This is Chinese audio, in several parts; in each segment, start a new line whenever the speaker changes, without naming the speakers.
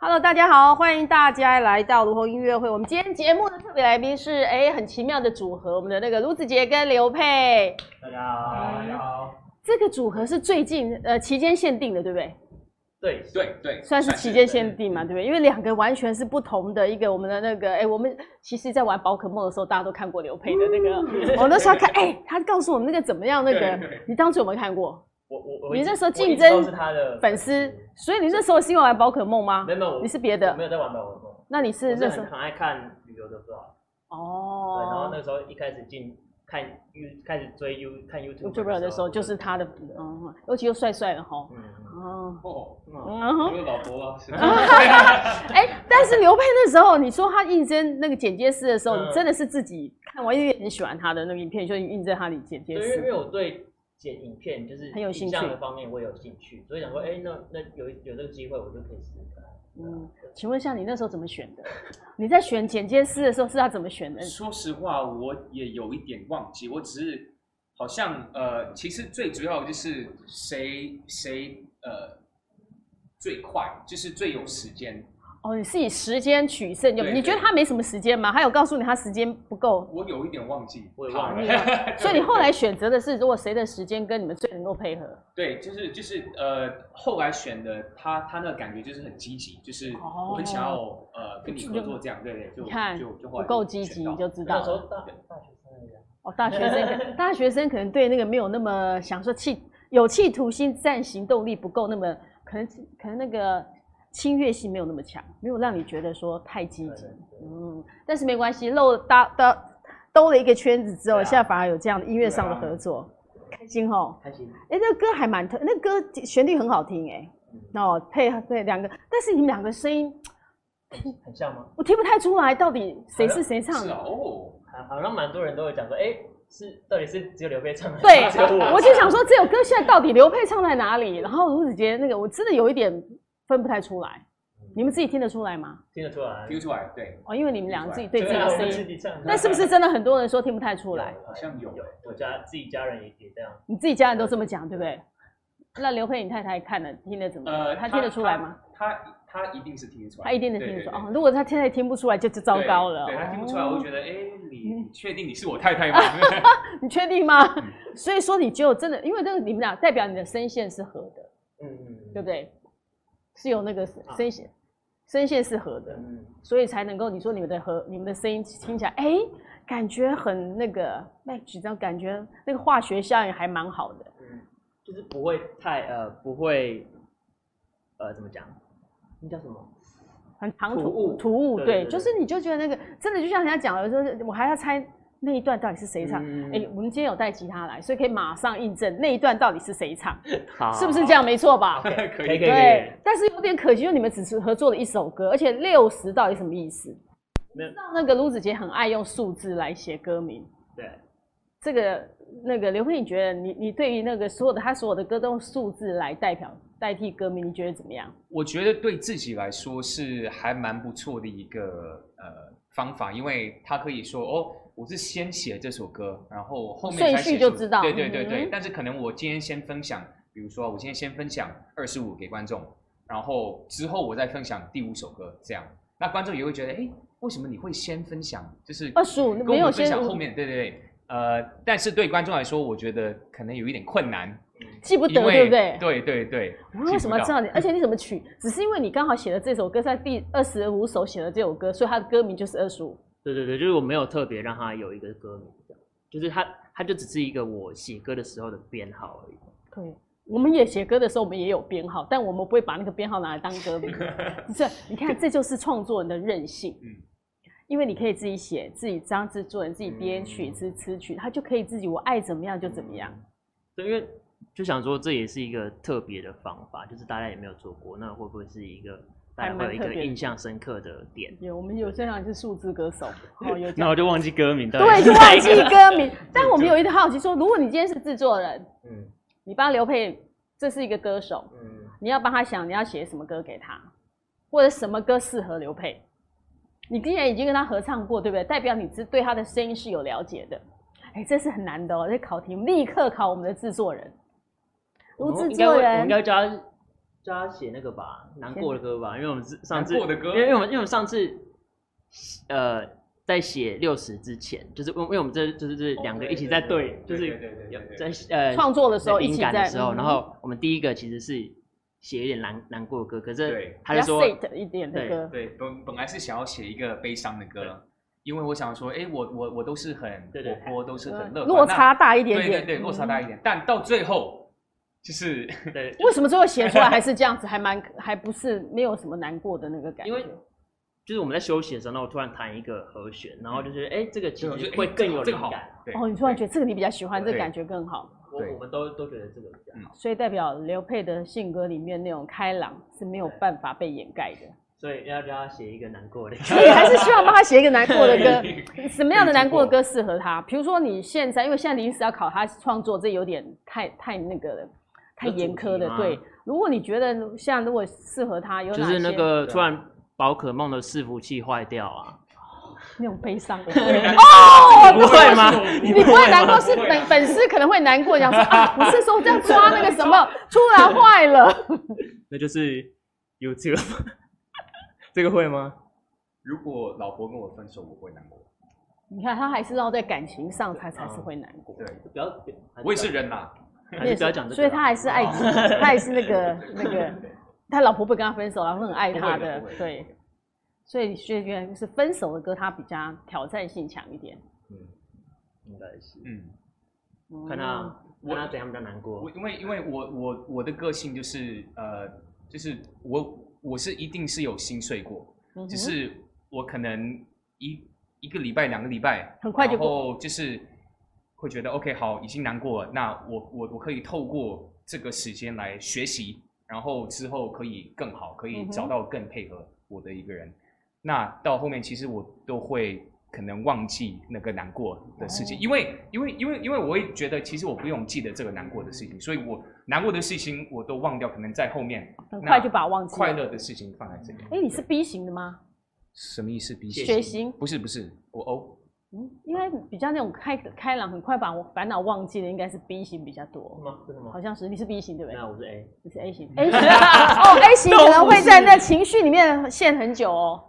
Hello，大家好，欢迎大家来到卢红音乐会。我们今天节目的特别来宾是哎，很奇妙的组合，我们的那个卢子杰跟刘佩。
大家好，大家好。
这个组合是最近呃期间限定的，对不对？
对
对对，
算是期间限定 嘛，对不对？因为两个完全是不同的一个，我们的那个，哎，我们其实，在玩宝可梦的时候，大家都看过刘佩的那
嗯
个，我那时候看，哎，他告诉我们那个怎么样，那个
对对
你当初有没有看过？
我我我
你
一直
那时候
我一直
竞争
都是他的
粉丝，所以你那时候是因为玩宝可梦吗
没？有没有，我
你是别
我没
的，
有在玩宝可梦，
那你是
我是
那时候
很很爱看旅游的 vlog，对，然后
哦，
那时候一开始进看 U 开始追 U 看 YouTube
我就不知道那时候就是他的，嗯，尤其又帅帅的哈，
嗯，
哦，
哦，
嗯哼
因。为老婆啊，是
哎、但是刘佩那时候，你说他应征那个剪接师的时候，
嗯
你真的是自己看完，因为很喜欢他的那个影片，就应征他的剪接
对，因为因
师。
为我对剪影片就是
很有兴趣
影像的方面我有兴趣，所以想说，哎，那那有有这个机会我就可以试试看。
嗯，请问一下，你那时候怎么选的？你在选剪接师的时候是他怎么选的？
说实话，我也有一点忘记，我只是好像呃，其实最主要就是谁谁呃最快，就是最有时间。
哦，你是以时间取胜，就
对
你觉得他没什么时间吗？他有告诉你他时间不够，
我有一点忘记，
我也忘了
了
所以你后来选择的是，如果谁的时间跟你们最能够配合？
对，就是就是呃，后来选的他，他那个感觉就是很积极，就是
哦
我很想要、呃跟你合作这样，对对，就
你看
就就后
不
来
够
就
积
选
极
到
就知道
那时候
了。
大大学生而已啊，
哦，大学 生，大学生可能对那个没有那么想说企有企图心，但行动力不够，那么可能可能那个侵略性没有那么强，没有让你觉得说太积极。嗯，但是没关系，漏搭搭兜了一个圈子之后，
对啊啊
现在反而有这样的音乐上的合作，开心哦。
开心。
哎、那歌还蛮特，那歌旋律很好听哎、哦，配合对两个，但是你们两个声音，
嗯，很像吗？
我听不太出来到底谁是谁唱
是
的。
哦，
好好像蛮多人都有讲说，哎，是到底是只有刘备唱，
对
还是只有，我，
我就想说这首歌现在到底刘佩唱在哪里？然后卢子杰那个，我真的有一点分不太出来，
嗯
你们自己听得出来吗？
听得出来啊，
听得出来，对，
哦，因为你们俩自己对自己
对啊，
的
我
声
们自
音，
己唱的。
那是不是真的很多人说听不太出来？
好像有
有，我家自己家人也也这样，
你自己家人都这么讲，对不对？那刘佩，你太太看了听得怎么样？
呃
她呃听得出来吗？？
他他他一定是听得出来，
她一定能
对
听得出
对对
哦。如果她太太听不出来，就就糟糕了。
对对他听不出来，
哦
我会觉得，哎，你你确定你是我 太太吗？
你确定吗？所以说你就真的，因为那个你们俩代表你的声线是合的，
嗯嗯，
对不
对？
对？是有那个声线，声线是合的。
嗯，
所以才能够你说你们的和你们的声音听起来，哎、感觉很那个 match，这样感觉那个化学效应还蛮好的。
嗯就是不会太呃不会呃怎么讲，那叫什么？
很唐
突
突
兀
突兀，
对
对，
对对
就是你就觉得那个真的就像人家讲的，有时候我还要猜那一段到底是谁唱。哎、
嗯
我们今天有带吉他来，所以可以马上印证那一段到底是谁唱，
好
是不是这？样？没错吧？
可
可以
以
可以
对，但是有点可惜，就你们只是合作了一首歌，而且六十到底什么意思？
没有
知道那个卢子杰很爱用数字来写歌名，
对，
这个那个刘佩，你觉得你你对于那个所有的他所有的歌都用数字来代表代替歌名，你觉得怎么样？
我觉得对自己来说是还蛮不错的一个呃方法，因为他可以说哦，我是先写这首歌，然后后面才
顺序
写
就
出
知道
对对对
嗯
对。
哼
但是可能我今天先分享，比如说我今天先分享二十五给观众，然后之后我再分享第五首歌，这样那观众也会觉得，哎，为什么你会先分享？就是
二十五
跟
没
我
有
们分
先
享后面，对对对。呃，但是对观众来说，我觉得可能有一点困难，
记不
不
得，对不对？
对对对。
然后为什么要知
这
道
样？
你？而且你怎么取？只是因为你刚好写的这首歌在第二十五首写的这首歌，所以它的歌名就是二十五。
对对对，就是我没有特别让他有一个歌名，这样，就是他他就只是一个我写歌的时候的编号而已。
对，我们也写歌的时候，我们也有编号，但我们不会把那个编号拿来当歌 名。不是，你看，这就是创作人的任性。嗯
嗯，
因为你可以自己写、自己当制作人、自己编曲、
嗯
自己词曲，他就可以自己我爱怎么样就怎么样。
对，因为就想说这也是一个特别的方法，就是大家也没有做过，那会不会是一个大
还
家
蛮
会有一
特
个
别的
印象深刻的点？
有，我们有这样是数字歌 手，哦，有这
嗯那
样
我就忘记歌名，到底
对，
是
就
哪
忘
一个
记歌名。但我们有一点好奇说，如果你今天是制作人，
嗯
你帮刘佩，这是一个歌手，
嗯，
你要帮他想你要写什么歌给他，或者什么歌适合刘佩。你既然已经跟他合唱过，对不对？代表你是对他的声音是有了解的。哎，这是很难的哦，这考题我们立刻考我们的制作人。
我
卢
们
制
应该会
作
我们
人
应该叫他叫他写那个吧，难过的歌吧，因为我们是上次
难过的歌
因为因为我们因为我们上次呃在写六十之前，就是因为因为我们这就是这两个一起在对，
哦
就
对
是
对对对对对
在呃
创作的时候
在
一
灵
起
感
在
的时候，
嗯
然后我们第一个其实是写一点难难过的歌，可是
对
他就说
比较 sad 一点的
对
歌，
对，本本来是想要写一个悲伤的
对
歌，因为我想说，哎，我我我都是很
对对
活泼，都是很乐
嗯呃
观，
落
那
差大一点嗯点，
对对对，落差大一点，但到最后就是
对，
嗯为什么最后写出来还是这样子，还蛮还不是没有什么难过的那个感觉？
因为就是我们在休息的时候，然后我突然弹一个和弦，然后就觉得哎、诶这个其
就
实
就
会
诶
更有灵
这个好
感。，
对
哦，你突然觉得这个你比较喜欢，这
对
个感觉更好，
我
对
我们都都觉得这个比较好，
所以代表刘佩的性格里面那种开朗是没有办法被掩盖的。
所以要叫他写一个难过的。
所以还是希望帮他写一个难过的 歌。什么样的难过的
可
歌适合他？比如说你现在，因为现在临时要考他创作，这有点太太那个了，太严苛
有主题
了。
吗
对，如果你觉得像如果适合他，有哪
就
些
是那个
对啊
突然宝可梦的伺服器坏掉啊，
那种悲伤 的哦
你不会吗？
你不会难过，是
不会
粉
啊
粉丝可能会难过，想说啊，不是说这样抓那个什么，突然坏了。
那就是 YouTube，这个会吗？
如果老婆跟我分手，我会难过。
你看他还是要在感情上他才是会难过，
对，
不要，
我也是，人呐，
还是不要讲这个啊。哦
所以他还是爱自
哦
己， 他还是那 个那个。他老婆不跟他分手，老婆很爱
不会
他
的
的
不会，的
对，所以薛觉得就是分手的歌，他比较挑战性强一点。
嗯， 应该是
嗯，
嗯
看他
我
看他怎样比较难
我
过。
因为因为我我我的个性就是呃，就是我我是一定是有心碎过，
嗯哼
只是我可能一一个礼拜两个礼拜
很快就
然
过
后就是会觉得 OK 好，已经难过了，那我我我可以透过这个时间来学习，然后之后可以更好，可以
嗯哼
找到更配合我的一个人。那到后面其实我都会可能忘记那个难过的事情，
哦
因为因为因为因为我会觉得其实我不用记得这个难过的事情，所以我难过的事情我都忘掉，可能在后面
很
那
快就把它忘记
快
了。
乐的事情放在这里。
哎，你是 B 型的吗？
什么意思？鼻
血
血型，
不是不是，我哦，
嗯，应该比较那种开开朗，很快把我烦恼忘记的，应该是 B 型比较
是
多，
吗？真的吗
好？像是你是 B 型对不对
那？我是 A，
你是 A 型，A 型哦，A 型可能会在那情绪里面陷很久哦，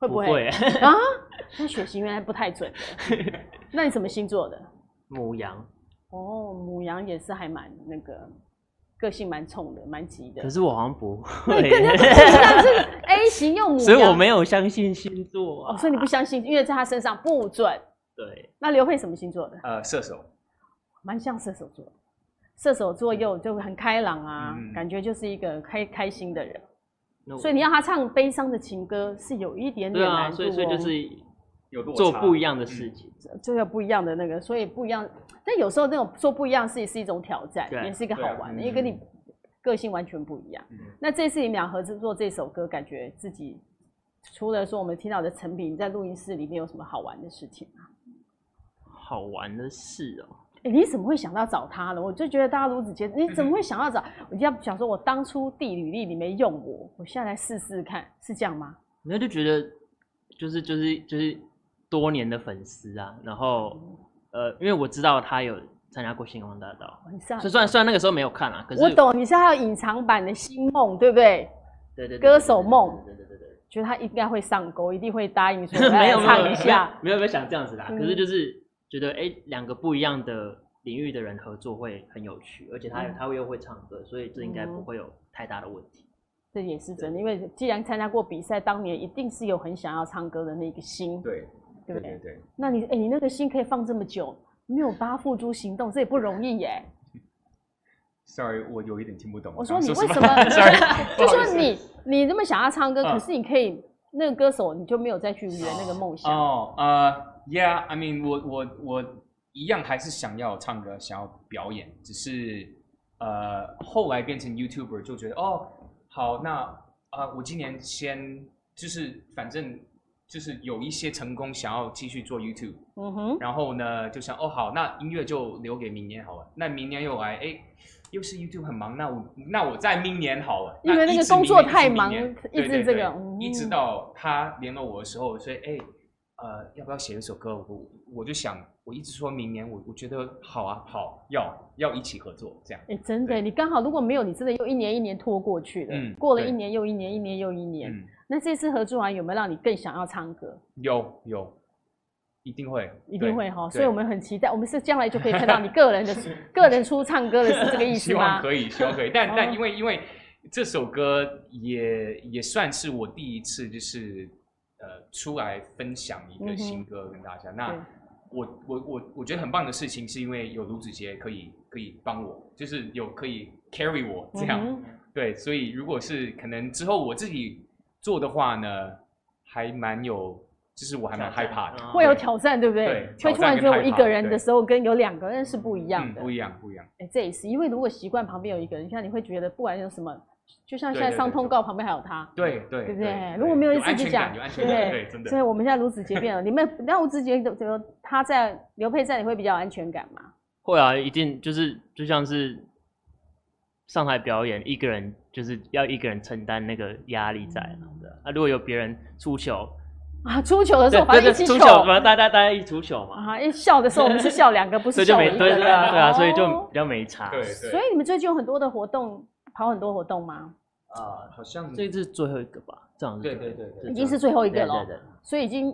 会不会？ 啊？ 那血型原来不太准的。那你什么星座的？
母羊。
哦，母羊也是还蛮那个，个性蛮冲的，蛮急的
可。是我好像不
对，
会
更加 不是像这个 A 型又母羊，
所以我没有相信星座
哦，
啊。
所以你不相信，因为在他身上不准。
对，
那刘佩什么星座的？
呃，射手，
蛮像射手座，射手座又就很开朗啊，
嗯
感觉就是一个开开心的人。
那我
所以你要他唱悲伤的情歌是有一点
嗯对
点
啊，
难度
所
哦、
以所以就是
有落
做
差
不一样的事情，
就要不一样的那个，所以不一样。但有时候那种做不一样是是一种挑战，
对
也是一个好
对啊
玩的，
嗯
因为跟你个性完全不一样。
嗯
那这次你们俩合作这首歌，感觉自己除了说我们听到的成品，你在录音室里面有什么好玩的事情吗？
好玩的事哦。
哎、你怎么会想到找他呢？我就觉得大家如此杰，你怎么会想到 找？我就要想说，我当初递履历你没用我，我现在来试试看，是这样吗？
那就觉得就是就是就是多年的粉丝啊，然后呃，因为我知道他有参加过星光大道，
哦你是要
所以虽然虽然那个时候没有看啊，可是
我懂，你是要有隐藏版的星梦，对不对？
对对对
歌手梦
对对对对对
觉得他应该会上钩，一定会答应说
对， 没
来
有
唱一下。，
没有没有没有想这样子啦，
嗯
可是就是觉得哎，两个不一样的领域的人合作会很有趣，而且他
嗯
他又会唱歌，所以这应该
嗯
不会有太大的问题。
这也是真的，因为既然参加过比赛，当年一定是有很想要唱歌的那个心，
对
对不
对
对？
对，
那你哎、你那个心可以放这么久，没有把它付诸行动，这也不容易耶。
Sorry，我有一点听不懂。啊
我说
刚
你
刚
为什
什
么
？Sorry，
就
不好
说
意思
你你那么想要唱歌，
嗯
可是你可以那个歌手，你就没有再去圆那个梦想。
哦，呃，Yeah，I mean，我我我一样还是想要唱歌，想要表演，只是呃后来变成 YouTuber 就觉得哦，好，那啊、呃我今年先就是反正就是有一些成功，想要继续做 YouTube，
嗯哼，
然后呢，就想哦好，那音乐就留给明年好了。那明年又来，哎，又是 YouTube 很忙，那我那我在明年好了。
因为那个
一直明
工
年
作太忙
一直明年
一直
对对
这
对
个嗯
一直到他联络我的时候，所以哎，呃，要不要写一首歌？我我就想，我我一直说明年我我觉得好啊，好要要一起合作这样。
哎、真的，
对
你刚好如果没有，你真的又一年一年拖过去了，
嗯
过了
对
一年又一年，一年又一年。
嗯，
那这次合作完有没有让你更想要唱歌？
有有，一定会，
一
对
定会哈，
对
所以我们很期待，我们是将来就可以看到你个人的个人出唱歌的是这个意思
希望
吗？
可以，希望可以。但但
哦
因为因为这首歌也也算是我第一次就是呃出来分享一
嗯哼
个新歌跟大家。
对
那我我我我觉得很棒的事情，是因为有卢子杰可以可以帮我，就是有可以 carry 我这样。
嗯
对，所以如果是可能之后我自己做的话呢，还蛮有，就是我还蛮害怕的
挑，
会有
对
挑嗯战，对不
对
对？
挑
会
战
突然觉得我
跟害
一
怕
个人的
对
时候跟有两个人是不一样
嗯，
的。
不一样，不一样。
哎、这也是因为如果习惯旁边有一个人，像你会觉得不管有什么，就像现
对
在
对
上
对
通
对
告旁边还有他，
对对
对不对？如果没有人
安
自己
全
讲
感，有安，全
对
感，对，真
所以
的。
我们现在卢子杰变了，你们那卢子杰怎么他在刘佩在你会比较有安全感吗？
会啊，一定就是就像是上台表演，一个人就是要一个人承担那个压力在啊。对啊啊，如果有别人出糗，
啊， 出糗嗯的时
对
候反正
对
一起糗
对，出糗，反正大家大家一起出糗嘛，
啊，一笑的时候我们是笑两个，不
所
是
以
笑
就
我
没
一个
对
人
对啊对啊，所以就
哦
比较没差。
对
所以你们最近有很多的活动，跑很多活动吗？
啊，
呃好像
这次最后一个吧，这样子
对对对对
已经是最后一个了
对，对对，
所以已经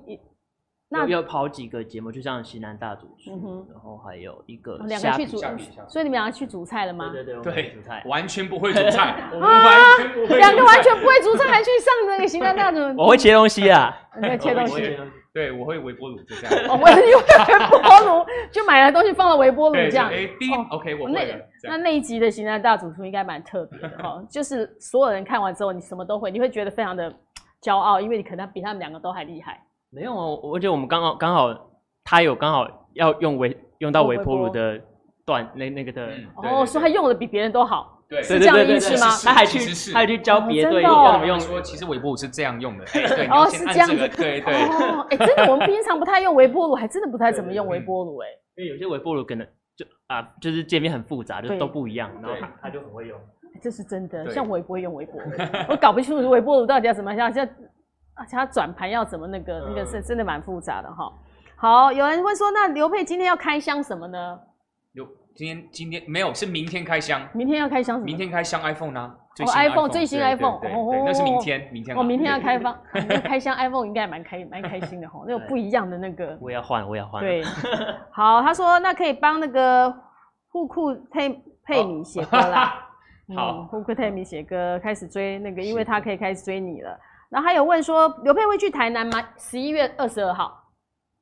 那
那要跑几个节目，就像西南大主
嗯
厨
哼，哦
然后还有一个
两个
虾
去
皮
煮
下笔下，笔
所以你们两个去煮菜了吗？
对对对，我们
对
煮菜，
完全不会煮 菜，我们
啊
完全不会煮菜，
两个完全不会煮菜，还去上那个形象大主，
我会切东西啊，
你会切东
我会
西。
东西
对，我会微波炉就这样。
哦，我以为微波炉，就买了东西放到微波炉
对，
这样。
哎，第一
哦
OK，我会
那
了，这
那
样。
那一集的《型男大主厨》应该蛮特别的哈、哦，就是所有人看完之后，你什么都会，你会觉得非常的骄傲，因为你可能比他们两个都还厉害。
没有啊，我而且我们刚好刚好他有刚好要用微用到
用微
微波
波
炉的段那那个的，
嗯对
哦，
对
说
对
他用的比别人都好，
对
是
对
这
对
样的
对
意
对
思
对
吗
他还去
其实是
他还去教别
真
队
的哦
要怎
要怎
么
么
用
用？说其实微波炉是这样用的，哎， 对，你
哦
要
是
先
这样
按
子
这个，对对。
哦，哎、真的，我们平常不太用微波炉，还真的不太怎么用微波炉、哎，
因为有些微波炉可能就啊，就是界面很复杂，就
对
都不一样，然后
对
他他就很会用。
这是真的。
对
像我也不会用微波炉，我搞不清楚微波炉到底要怎么样，像而且它转盘要怎么那个，那个
嗯
是真的蛮复杂的哈。好，有人会说，那刘佩今天要开箱什么呢？
有今天今天没有，是明天开箱，
明天要开箱什么？
明天开箱 iPhone 啊，最
哦
新
iPhone，
iPhone
最新
对对
iPhone，
对
哦
对，那是明天，明天啊
我哦明天要
对
开放那开箱 iPhone，应该蛮开蛮开心的哈，那有不一样的那个。
我也要换，我也要换。
对，好，他说那可以帮那个户库配配你写歌啦。
好
嗯，户库配你写歌，开始追那个，因
是
为他可以开始追你了。然后还有问说刘佩会去台南吗？十一月二十二号，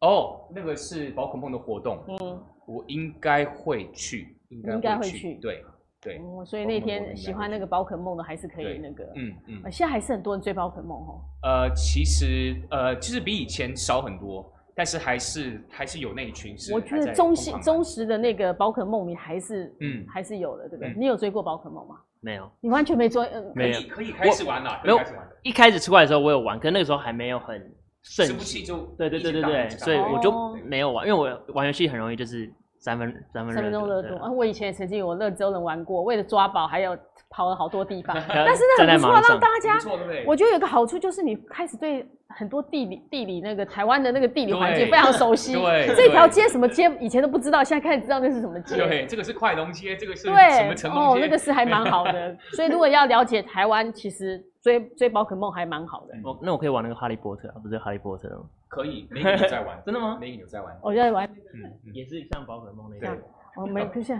哦，那个是宝可梦的活动，
嗯，
我应该会去，
应
应
该
该
会
会
去
对对，
哦所以那
宝可梦我应该
天
会
喜欢那个宝可梦的还是可以
对
那个。
嗯嗯
呃，现在还是很多人追宝可梦哦。
呃，其实呃，其实比以前少很多，但是还是还是有那一群是
我
还
觉得
在
忠
疯
心
狂买
忠实的那个宝可梦迷还是
嗯
还是有的，对不对？
嗯
你有追过宝可梦吗？
没有，
你完全没追，嗯，
没有
可以可以开始玩了，可
没有
以开始玩了，
一开始出来的时候我有玩，可那个时候还没有很盛
吃不
行。
气就
对对对对对，所以
打
我
哦
就没有玩，因为我玩游戏很容易就是三分三分
三分钟热
对
度
啊
啊！我以前也曾经有乐州人玩过，为了抓宝还有跑了好多 地方，
然后
但是那
站在
很不错，
马路
让
上
大家
不。错对不对？
我觉得有个好处就是你开始对很多地理地理那个台湾的那个地理环境
对
非常熟悉，
对
这条
对
街什么街以前都不知道，现在开始知道那是什么街。
对，这个是快龙街，这个是什么
对，
成
哦
龙，街？
那个是还蛮好的。 所以如果要了解台湾，其实追追宝可梦还蛮好的。
我哦那我可以玩那个哈利波特啊，不是哈利波特吗？，
可以，那个有在 玩
真的吗？
那个有在玩，
我就在玩，
嗯，嗯
也是像宝可梦那
对
样。，
我没不是，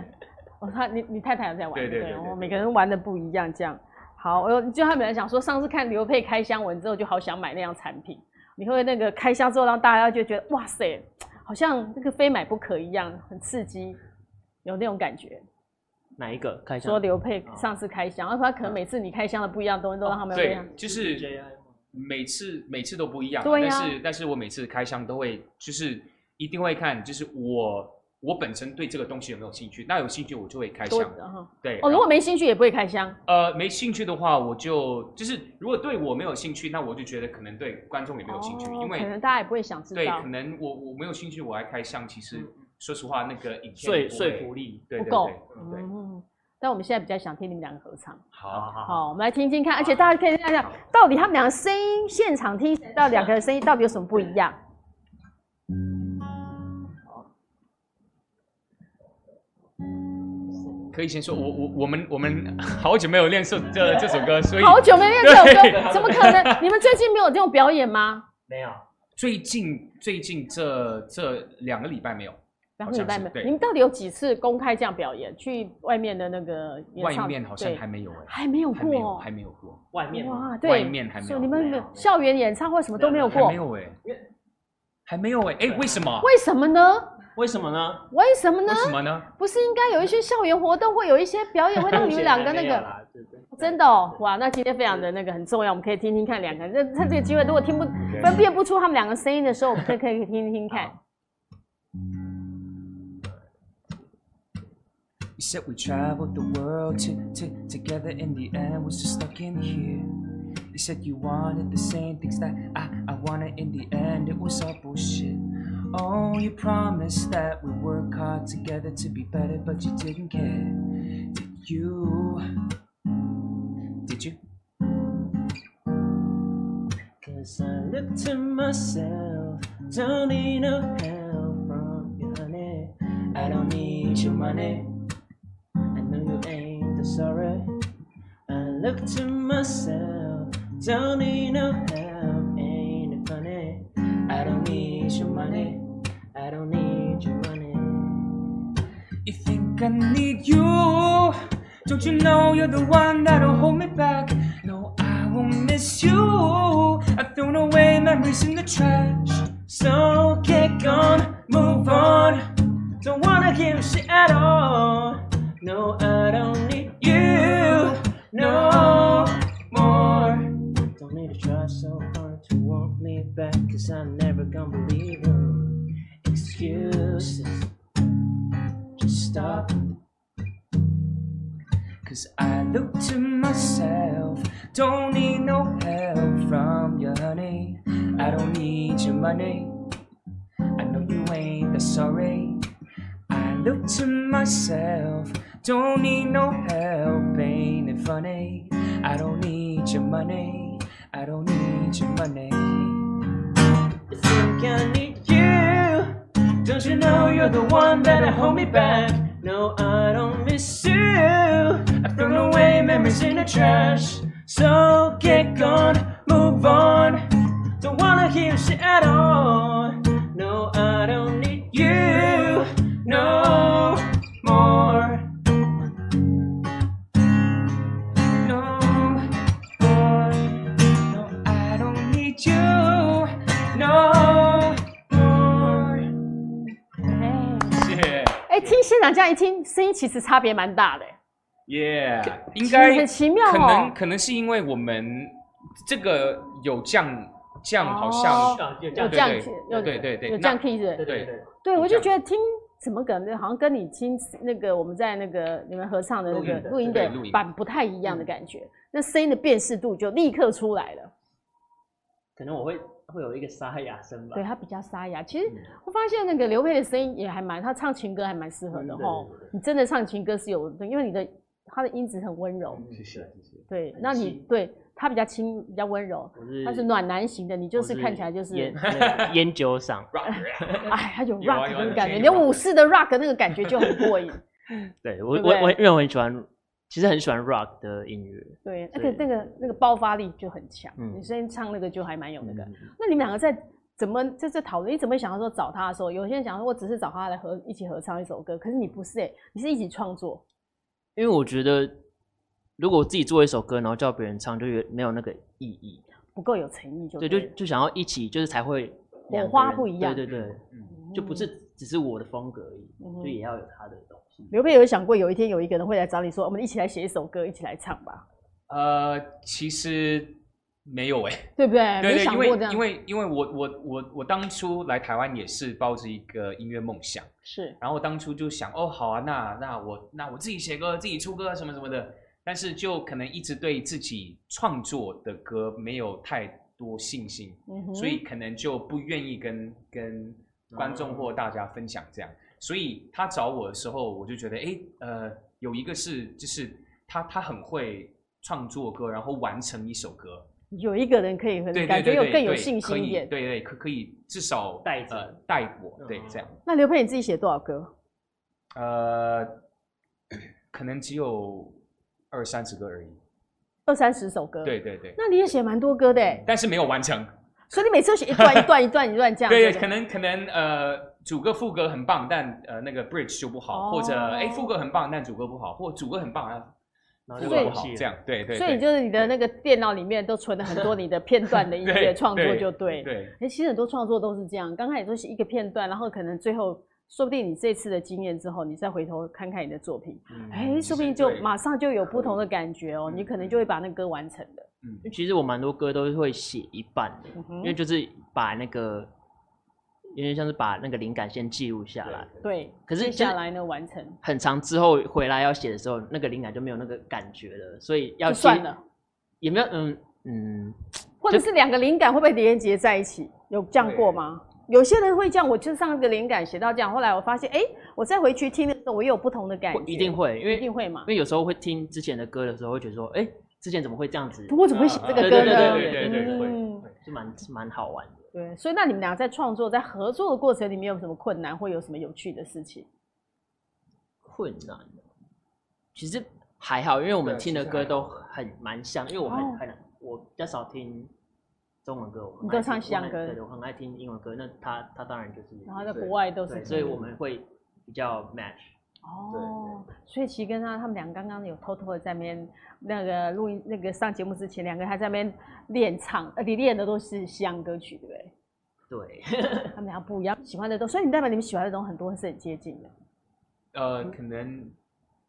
哦，他你你太太有在玩，
哦对对对对
我
对
每个人玩的不一样，这样好。我就他本来想说，上次看刘佩开箱文之后，就好想买那样产品。你会那个开箱之后，让大家就觉得哇塞，好像那个非买不可一样，很刺激，有那种感觉。
哪一个？开一下。
说刘佩
嗯
哦
上次开箱，然后他可能每次你开箱的不一样东西，都让他们不一
对
样。，
就是。
JI 吗
每次每次都不一样啊，
对呀
但是但是我每次开箱都会就是一定会看，就是我我本身对这个东西有没有兴趣，那有兴趣我就会开
多
箱，
哦
对。
哦，如
然
果
后
没兴趣也不会开箱。
呃没兴趣的话，我就就是如果对我没有兴趣，那我就觉得可能对观众也没有兴趣，
哦可
因为
能大家也不会想知
对
道
可，能我我没有兴趣，我来开箱，其实嗯说实话那个影片
说
不
说
会
服力。
对
不
对
够
对对，
嗯，但我们现在比较想听你们两个合唱。
好好
好，我们来听听看，而且大家可以看一下，到底他们两个声音现场听起来到底两个人声音到底有什么不一样？
可以先说，我我我们我们 好久没有练这这这首歌，所以
好久没练这首歌，
对
怎么可能？ 你们最近没有这种表演吗？
没有，
最近最近这这两个礼拜没有，
两个礼拜
好像
没
是对
有，你们到底有几次公开这样表演？去外面的那个演
外
唱
面好像
对
还没有哎、
还没有哦
还没有
过
还没有过，
外面吗
哇，
外
对，
面还没
所
有，
以你们
没
没有
有没有
校园演唱会什么都没有
还
过
没，有哎
因为，
还没有哎，哎为什么？
为什么呢？
为什么呢？
为什么呢
为？什么呢？
不是应该有一些校园活动，会有一些表演，会让你们两个那个。真的哦，哇，那今天非常的那个很重要，我们可以听听看两个人。这趁这个机会，如果听不
嗯
分辨不出他们两个声音的时候，我们可以可以听听看。
You said we traveled the world to, to, together in the end was just stuck in here. You said you wanted the same things that I, I wanted in the end, it was all bullshit. Oh, you promised that we work hard together to be better, but you didn't care. Did you? Did you?
Cause I look to myself, don't need no help from you, honey. I don't need your money. I know you ain't the sorry. I look to myself, don't need no help, ain't it funny? I don't need your money. I don't need your money.
You think I need you? Don't you know you're the one that'll hold me back? No, I will miss you. I've thrown away memories in the trash.
So kick on, move on. Don't wanna give a shit at all. No, I don't need you no more. Don't need to try so hard to want me back, cause I'm never gonna believe your excuses. Just stop.
Cause I look to myself, don't need no help from you, honey. I don't need your money. I know you ain't that sorry. I look to myself, don't need no help, ain't it funny? I don't need your money. I don't need your money.
You think I need you? Don't you know you're the one that'll hold me back? No, I don't miss you. I've thrown away memories in the trash. So get gone, move on. Don't wanna hear shit at all. No, I don't need you no more.
No, more. no, I don't need you. No, more.
哎，
Yeah,
哎，听现场这样一听，声音其实差别蛮大的，哎
yeah，应
很奇妙
可
哦
能。可能是因为我们这个有降降，好
哦
像、
有
有
对
这样
对
key，有
对对对
有
那
这样 key 是不是。
对对
对
对，
对，
有
我就
这
觉得听怎么感觉好像跟你听那个我们在那个你们合唱的那
录
个
音的
录音
对
的
录音
版不太一样的感觉，那声音的辨识度就立刻出来了。
可能我会会有一个沙哑声吧嗯
对，他比较沙哑。其实我发现那个刘佩的声音也还蛮，他唱情歌还蛮适合的
嗯对
吼
对对对。
你真的唱情歌是有，因为你的他的音质很温柔，
谢谢谢谢，
对，那你
轻
对他比较轻，比较温柔，
我是哦
他是暖男型的，你就是看起来就是
烟那个烟酒嗓，
哎，他有
有啊
rock
有啊
那
有
个
啊
感觉，
有
你有
啊
武士的 rock 那个感觉就很过瘾。
对我
对不
我我
对
因为我很喜欢，其实很喜欢 rock 的音乐，
对，那
所
个
以
那个那个爆发力就很强，
嗯
女生唱那个就还蛮有那个。
嗯
那你们两个在怎么在这讨论？你怎么想要说找他的时候，有些人想说我只是找他来合一起合唱一首歌，可是你不是哎、你是一起创作，
因为我觉得如果我自己做一首歌，然后叫别人唱，就有没有那个意义，
不够有诚意就
对，
对，
就就想要一起，就是才会两个
火花
人
不一样
对对对，嗯就不是
嗯
只是我的风格而已，
嗯哼
就也要有他的东西。
刘备有想过有一天有一个人会来找你说，哦我们一起来写一首歌，一起来唱吧，
呃，其实没有哎、
对不对？
对
没
对，
想
因
过这样，
为因为因为我我我我当初来台湾也是抱着一个音乐梦想，
是
然后当初就想哦，好啊，那那我那我自己写歌，自己出歌什么什么的，但是就可能一直对自己创作的歌没有太多信心，
嗯哼
所以可能就不愿意跟跟
哦
观众或大家分享这样。所以他找我的时候，我就觉得，诶，呃，有一个是就是他他很会创作歌，然后完成一首歌，
有一个人可以和
对
你
对
感觉
对
有
对
更有
对
信
可
心
以
一点。
对对，可可以至少
带着嗯
呃带我，对这样，
那刘佩你自己写多少歌？
呃，可能只有二三十个而已。
二三十首歌，
对，对嗯对，
那你也写蛮多歌的哎，
但是没有完成。
所以你每次都写一段一段一段一段这样，
对，
不
可能可能呃主歌副歌很棒，但呃那个 bridge 就不好，
哦
或者哎副歌很棒，但主歌不好，或主歌很棒，啊
然后
副
就
所以
歌
放
不好
弃，了
这样对对。
所以
对
你就是你的那个电脑里面都存了很多你的片 段的音乐创作，就对。
对，
哎、其实很多创作都是这样，刚开始都是一个片段，然后可能最后，说不定你这次的经验之后，你再回头看看你的作品，
嗯
哎、
其
说不
实
定就
对
马上就有不同的感觉哦、
嗯
你可能就会把那个歌完成的。
嗯
因为其实我蛮多歌都会写一半的，
嗯
因为
哼，
就是把那个，有点像是把那个灵感先记录下
对
来，
对。
可是
接
其
下
实
来呢，完成
很长之后回来要写的时候，那个灵感就没有那个感觉了，所以要
就
记
算了，，
也没有嗯嗯，
或者是两个灵感会不会连接在一起？有这样过吗？有些人会这样，我就上一个灵感写到这样，后来我发现，哎、我再回去听的时候，我又有不同的感觉
会。一定会，因
一
为
定
因
会嘛？
为有时候会听之前的歌的时候，会觉得说，哎、之前怎么会这样子，
我怎么会写这个歌
啊
呢？
对对对对
对对对
嗯
就蛮蛮好玩的。
对，所以那你们俩在创作、在合作的过程里面有什么困难，或有什么有趣的事情？
困难哦，其实还好，因为我们
对
听的
其实
歌
还
都很蛮像，因为我很、
哦
很我比较少听中文歌，我很
你都
爱听
唱西洋
我很
歌
对，我很爱听英文歌。那他他当然就是，
然后在国外都是
对，所以我们会比较 match。
哦，所以其实跟他他们俩刚刚有偷偷的在那边那个录音那个上节目之前，两个还在那边练唱，呃，你练的都是西洋歌曲，对不对？
对，
他们俩不一样，喜欢的都，所以你代表你们喜欢的东西很多是很接近的，
呃
嗯
可能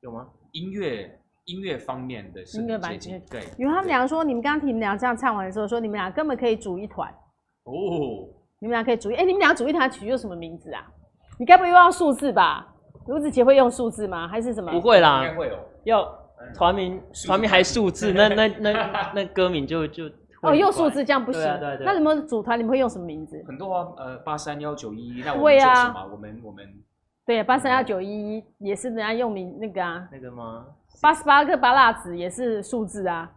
有吗？
音乐音乐方面的是
音乐
很
版
接近
权
对，
因为他们
对
俩说，你们刚刚听你们俩这样唱完的时候，说你们俩根本可以组一团，
哦，
你们俩可以组一，哎、你们俩组一团曲叫什么名字啊？你该不会又要数字吧？卢子杰会用数字吗？还是什么？
不会
应该
啦，
会有。
要团名
哎数字
团名还数字，那那那那歌名就就
哦，
会
用
很怪
数字这样不行。
对啊对啊对啊
那你们组团你们会用什么名字？
很多啊，呃，八三幺九一，那我
对
们
啊
做什么？我们我们
对，八三幺九一一也是人家用名那个啊，
那个吗？
八十八克八辣子也是数字啊。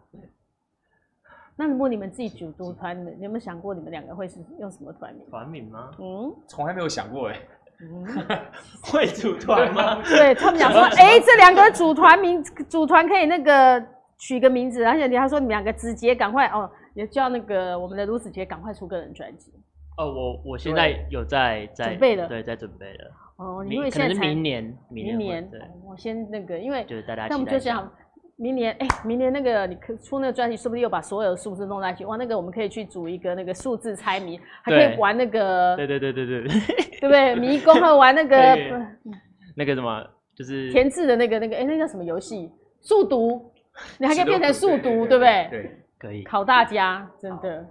那如果你们自己组组团，你们有没有想过你们两个会是用什么团名？
团名吗？
嗯，
从来没有想过哎。
嗯
会组团吗？
对他们讲说，哎、这两个组团名组团可以那个取个名字，而且他说你们两个直接赶快哦，也叫那个我们的卢子杰赶快出个人专辑
哦，我我现在有在在
准备了
对，在准备了。
哦，因
明
为
可
现
能
在
是
才
明年，明
明
年
年
会对，
哦我先那个，因为
就是大家
那我
期
们
待
就
一下
想，明年哎、明年那个你可出那个专辑，说不定又把所有的数字弄在一起。哇，那个我们可以去组一个那个数字猜谜，还可以
对
玩那个
对对对对对，对
对不对？迷宫，还有玩那个
对那个什么就是
填字的那个那个哎、那叫什么游戏？数独， 你还可以变成数独，对
对
不对？
对，
可以
考大家，真的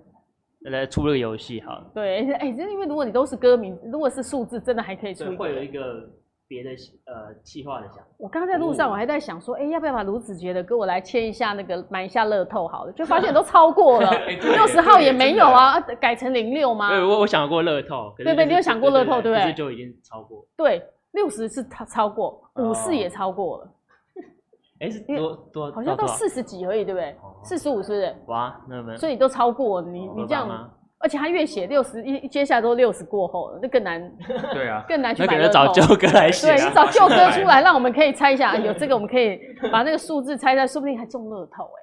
来出这个游戏好了，
对，哎、真的因为如果你都是歌名，如果是数字，真的还可以出
对，
一个
会有一个别的呃计划的想法。
我刚刚在路上，
哦
我还在想说，哎、要不要把卢子杰的歌我来签一下那个买一下乐透好了，就发现都超过 了
哎对
六十号也没有啊，改成零六吗？
对，我我想过乐透，可是
啊对对
就是
你有想过乐透对不对
可是就已经超过，
对，六十是超超过，
哦
五四也超过了，
哎是
因为
多多
好像
多
到
少
四十几而已，对不对
哦？
四十五是不是？
哇，那么
所以都超过了你，
哦
你
多
这
棒
样，
啊
而且他越写六十，一接下来都六十过后了，那更 难
对啊，
更难去
那可
买
能
乐
找
透。
旧歌来写
对
啊
你找旧 歌出来，让我们可以猜一下，哎有这个我们可以把那个数字猜一下，说不定还中乐透哎、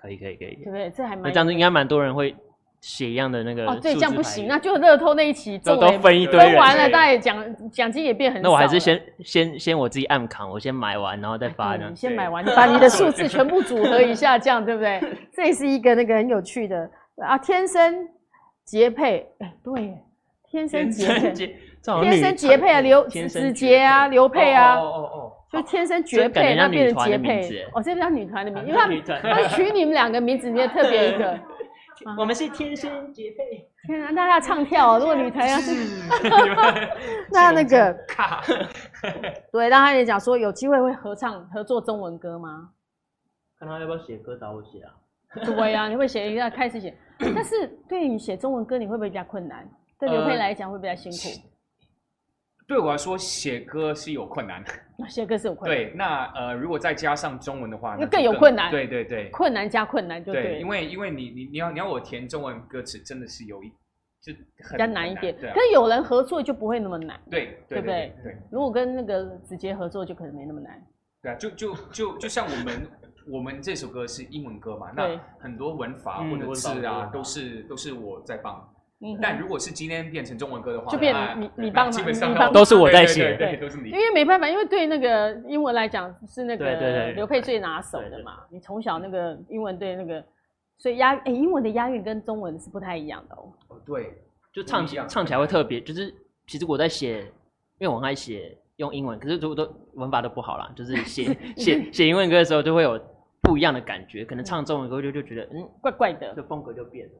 可以可以可以
对，不对？这还蛮
那这样子应该蛮多人会写一样的那个
哦，对，这
数字
样不
排
行，
列
那就乐透那一期
都
中了
都
也
分一堆
分
人，
完了，
对
大概奖奖金也变很少了。
那我还是先先先我自己暗扛，我先买完然后再发
嗯
呢
你。先
对
买完，你把你的数字全部组合一下，这样对不对？这也是一个那个很有趣的啊，天生结配，哎，对耶，天生结配，
结，
天生结配啊，刘子杰啊，刘佩
哦
啊，
哦哦
就天生
这
绝
感觉
配，
像
那变
女
成
团的
结
名字
配
耶，
哦，这叫女团 的名字，因为
他
他们他们取你们两个名字里面特别一个，
我们是天生结配，
天啊，那要唱跳哦，如果女团 要
哦，
那那个。
卡，
对，但他也讲说有机会会合唱合作中文歌吗？
看他要不要写歌找我写啊？
对呀、你会写一下开始写，但是对于你写中文歌，你会不会比较困难？对刘佩来讲会比较辛苦，
对我来说写歌是有困难。
那写歌是有困难，
对，那呃，如果再加上中文的话，
那
就
更有困难
对对对
困难加困难就对
对，
了，
因为因为你你你要你要我填中文歌词，真的是有一就很
比较难一点。
对啊
可是有人合作就不会那么难，
对
对
对
不
对
对
对，
如果跟那个子杰合作就可能没那么难。
对啊，就就就就像我们我们这首歌是英文歌嘛，那
对
很多文法
嗯
或者
文法
字啊
文法
都是都是我在帮，
嗯哼，
但如果是今天变成中文歌的话，
就变
那
你
那
你帮忙
基本上
你帮忙
都是我在写
对对对对，都是你
因。为没办法，因为对那个英文来讲是那
对对
个
对
刘佩最拿手的嘛，你从小那个英文对那个，所以押哎、英文的押韵跟中文是不太一样的哦。
哦对，
就唱起
不一样
唱起来会特别，就是其实我在写，因为我很爱写用英文，可是如果都文法都不好啦，就是 写写写英文歌的时候就会有不一样的感觉，
嗯
可能唱中文歌就就觉得嗯，
怪怪的
这，风格就变了。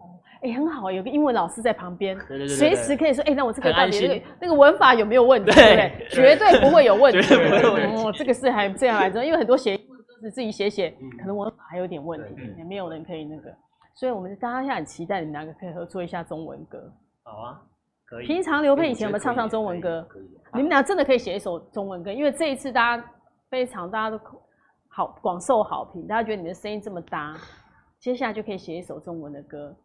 哎、很好，有个英文老师在旁边，
对对对
随时可以说，哎、那我这个
很
到
安
底那
心
个那个文法有没有问题？
对
对不对？绝对不会有问题。
绝对不会有问
题
哦，这个是还这样来着，因为很多写英文歌词自己写写，
嗯
可能文法还有点问题
对嗯，
没有人可以那个。所以我们大家现在很期待你们两个可以合作一下中文歌。
好啊，可以。
平常刘佩以前有没有唱唱中文歌？
可以可以
你们俩真的可以写一首中文歌，因为这一次大家非常大家都好广受好评，大家觉得你们的声音这么搭，接下来就可以写一首中文的歌，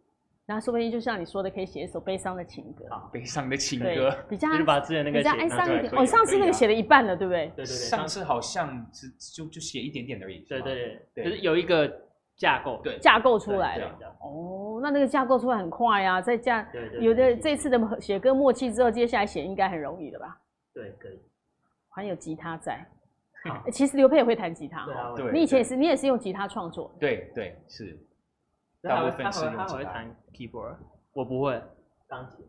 然后说不定就像你说的，可以写一首悲伤的情歌，
啊，悲伤的情
对
歌。，
比较
就是把之前那个
比较
写
哀
拿
伤
出
一
来
点。
可以
哦，上次那
可以
个
啊
写了一半了，对不对？
对对对，
上
上
次好像只就就写一点点而已。是
对
吗
对对，
对
就是有一个架构。
对
架构出来
对
了。哦，那那个架构出来很快呀、啊，再加
对对对
有的这次的写歌默契之后，接下来写应该很容易了吧？
对，可以。
还有吉他在
好，
欸其实刘佩也会弹吉他
对
哦。
啊，
对
你以前也是，你也是用吉他创作的。
对对是
他
大
会
部分
他
是
会
用
他
吉
会
他
弹 keyboard，我不会钢琴。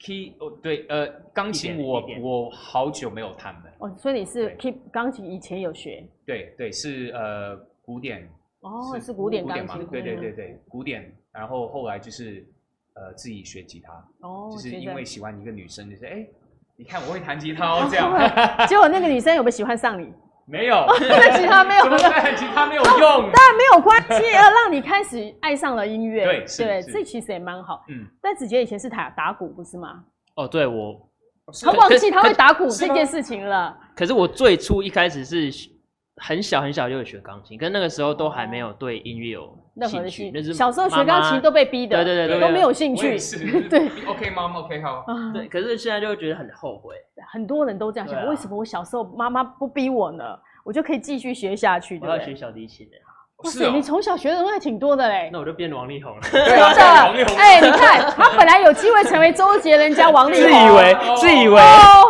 key 哦对呃钢
一
琴
点
我
一点
我好久没有弹了。
哦，所以你是
对
keep 钢琴以前有学
对对是呃古典
哦，是古典钢
嘛
琴，
对对对
嗯，
对古典，然后后来就是呃自己学吉他，
哦，
就是
学
因
着
为 喜欢一个女生，就是哎你看我会弹吉他哦这
哦
样，
结果那个女生有没有喜欢上你？
没有
那吉他没有
怎么 办？吉他没 有用，
但没有关系，呃，让你开始爱上了音乐，
对是是
这其实也蛮好。
嗯，
但子杰以前是打打鼓不是吗？
哦，对我
他忘记他
可
会打鼓
是
这
吗
件事情了。
可是我最初一开始是学很小很小就有学钢琴，跟那个时候都还没有对音乐有
任何
兴
的
趣
戏，
那是
小时候学
妈妈
钢琴都被逼的，
对对对
都
对
没有兴
我
趣
也。是
对
OK 吗？OK 好，
啊，
对，可是现在就会觉得很后悔。
很多人都这样想，
对啊
为什么我小时候妈妈不逼我呢？我就可以继续学下去，
我
对
要
不
学
对？
小提琴的，
哇
是
塞，
哦
你从小学的东西还挺多的嘞
哎那，我就变王力宏了。
真 的
啊对王力。宏
哎，你看，他本来有机会成为周杰伦加王力 宏，
自以为
哦
自以为
哦，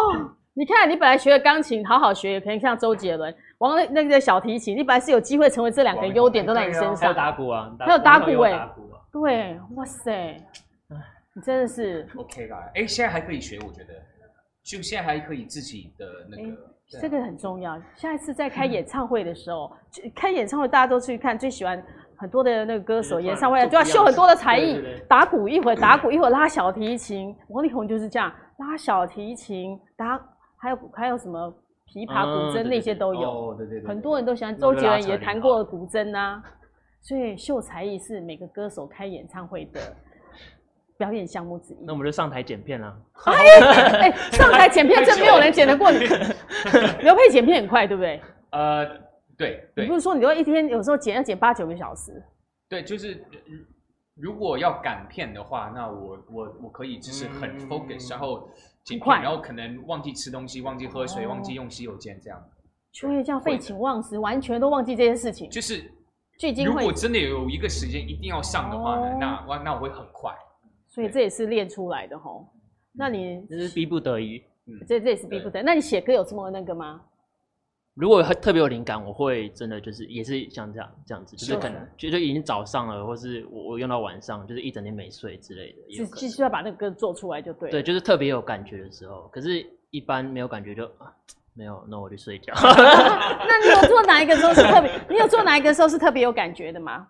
你看，你本来学的钢琴，好好学，也可以像周杰伦、王力那个小提琴，你本来是有机会成为这两个
王力宏
优点都在你身
还有
上。
打鼓啊，
还有打鼓
王力宏也有
欸
打鼓啊
对，哇塞，你真的是
OK 啦，哎，现在还可以学，我觉得，就现在还可以自己的那
哎
个，对啊
这个很重要。下一次在
嗯
开演唱会的时候，就开演唱会大家都去看，最喜欢很多的那个歌手
就是
演唱会啊
突然
就要
就不一
秀
样
很多的才艺
对对对，嗯
打鼓一会儿打鼓一会儿拉小提琴，王力宏就是这样拉小提琴打，还有还有什么琵琶、
嗯
古筝
对对
那些都有。
哦，对对对，
很
对
多人都喜欢
那我
周
就
杰伦
拉扯
也
你
弹
好
过古筝啊，所以秀才艺是每个歌手开演唱会的表演项目之一
那。我们就上台剪片啦。
哎、上台剪片真没有人剪得过 你，刘佩剪片很快，对不对？
呃，对
你
对
不是说你都一天有时候剪要剪八九个小时？
对，就是呃如果要赶片的话，那我我我可以就是很
嗯
focus，、然后剪
很快哦
片，然后可能忘记吃东西，忘记喝水，忘记用洗手间这样。
就会这样
会
废
的
寝忘食，完全都忘记这些事情，
就是
聚精
如
会
果
神。
真的有一个时间一定要上的话呢，
哦
那我那我会很快。
所以这也是练出来的吼。那你
这是逼不得已。
这这也是逼不得。那你写歌有这么那个吗？
如果特别有灵感，我会真的就是也是像这样这样子，就是
秀
可
出
能
来
就就已经早上了，或是我我用到晚上，就是一整天没睡之类的。也
只
有可能
只需要把那个歌做出来就对了。
对，就是特别有感觉的时候，可是一般没有感觉就啊没有，那我去睡 觉。
那你有做哪一个时候是特别？你有做哪一个时候是特别有感觉的吗？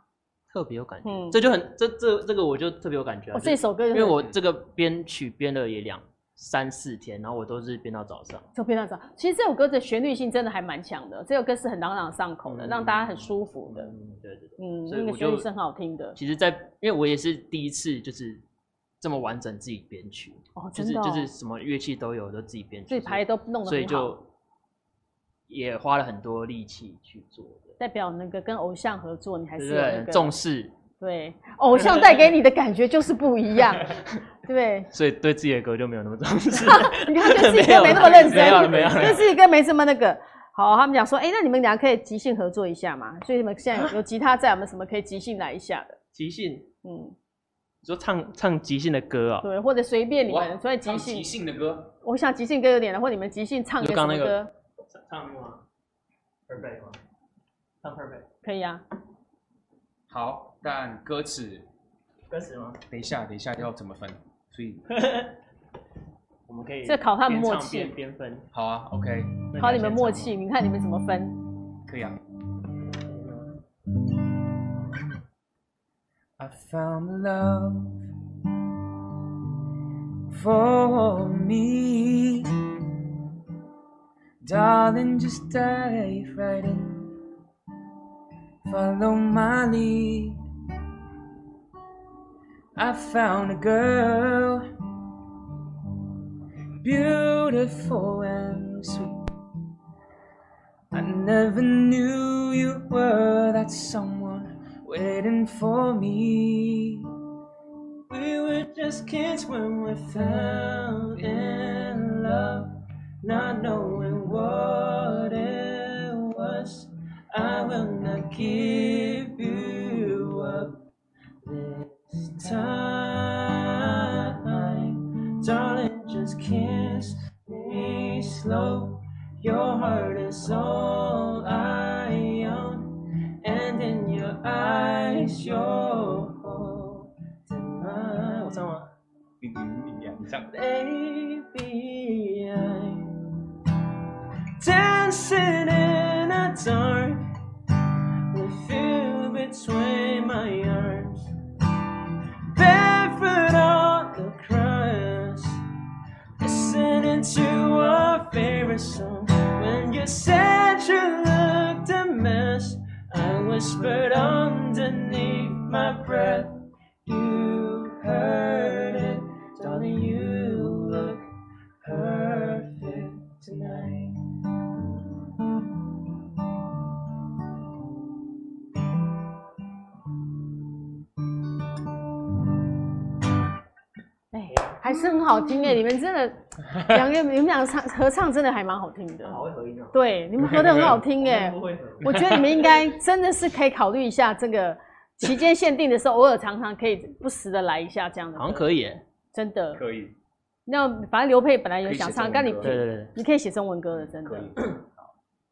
特别有感觉，
嗯
这就很这这这个我就特别有感觉、啊。
我
就
这首歌就
因
是，
为我这个编曲编了也两三四天，然后我都是编到早上。
就非常早。其实这首歌的旋律性真的还蛮强的，这首歌是很朗朗上口的，
嗯
哦让大家很舒服的。
嗯，对对对。
嗯，
所以
那个
我
旋律
就是
很好听的。
其实在，因为我也是第一次就是这么完整自己编曲，
哦，
就
真
是
的哦，
就是什么乐器都有，都自己编曲，
自己排的都弄得
所以
很好
就。也花了很多力气去做的，
代表那个跟偶像合作，你还
对
是
不
有
对？
那
很
个
重视，
对偶像带给你的感觉就是不一 样，对。
所以对自 己的歌就没有那么重视。
你看对自己歌没那么认真，
没有了没有了没有了
对自己歌没这么那个。好，他们讲说，哎、那你们俩可以即兴合作一下嘛？所以你们现在有吉他在，我们什么可以即兴来一下的？
即兴，你
嗯，
说唱唱即兴的歌啊、
对，或者随便你
哇
们，所以即
唱
兴
即，兴的歌，
我想即兴歌有点了，或你们即兴唱
你
个
说
什
刚
么
那个
歌？
唱唱吗？Perfect 吗？唱 Perfect
可以啊，
好，但歌词
歌词吗？
等一下，等一下要怎么分？所以
我们可以
这考他们
边
默
唱
契
边边分，
好啊，OK，
那
考
要
你们
先
默
唱吗
契，你看你们怎么分？
可以啊。
嗯
I found love for me. Darling, just dive right in. Follow my lead. I found a girl, beautiful and sweet. I never knew you were that someone waiting for me. We were just kids when we fell in love, not knowing what it was. I will not give you up this time, darling. Just kiss me slow. Your heart is all I own, and in your eyes, you're. mine.
你你你你唱，
Baby, I'm dancing in a dark with you between my arms, barefoot on the grass, listening to our favorite song. When you said you looked a mess, I whispered underneath my breath, "You heard it." Darling, you look perfect tonight.
哎，还是很好 听哎，你们真的两个你们俩唱合唱真的还蛮好听的，
会合
哦
音啊！
对，你们合的很好听哎，
会合。
我觉得你们应该真的是可以考虑一下这个期间限定的时候，偶尔常常可以不时的来一下这样子，
好像可以耶，
真的。
可以，
那反正刘佩本来有想唱，
可
但
以
你
写中文歌
对对对，
你可以写中文歌的，真
可
的
以，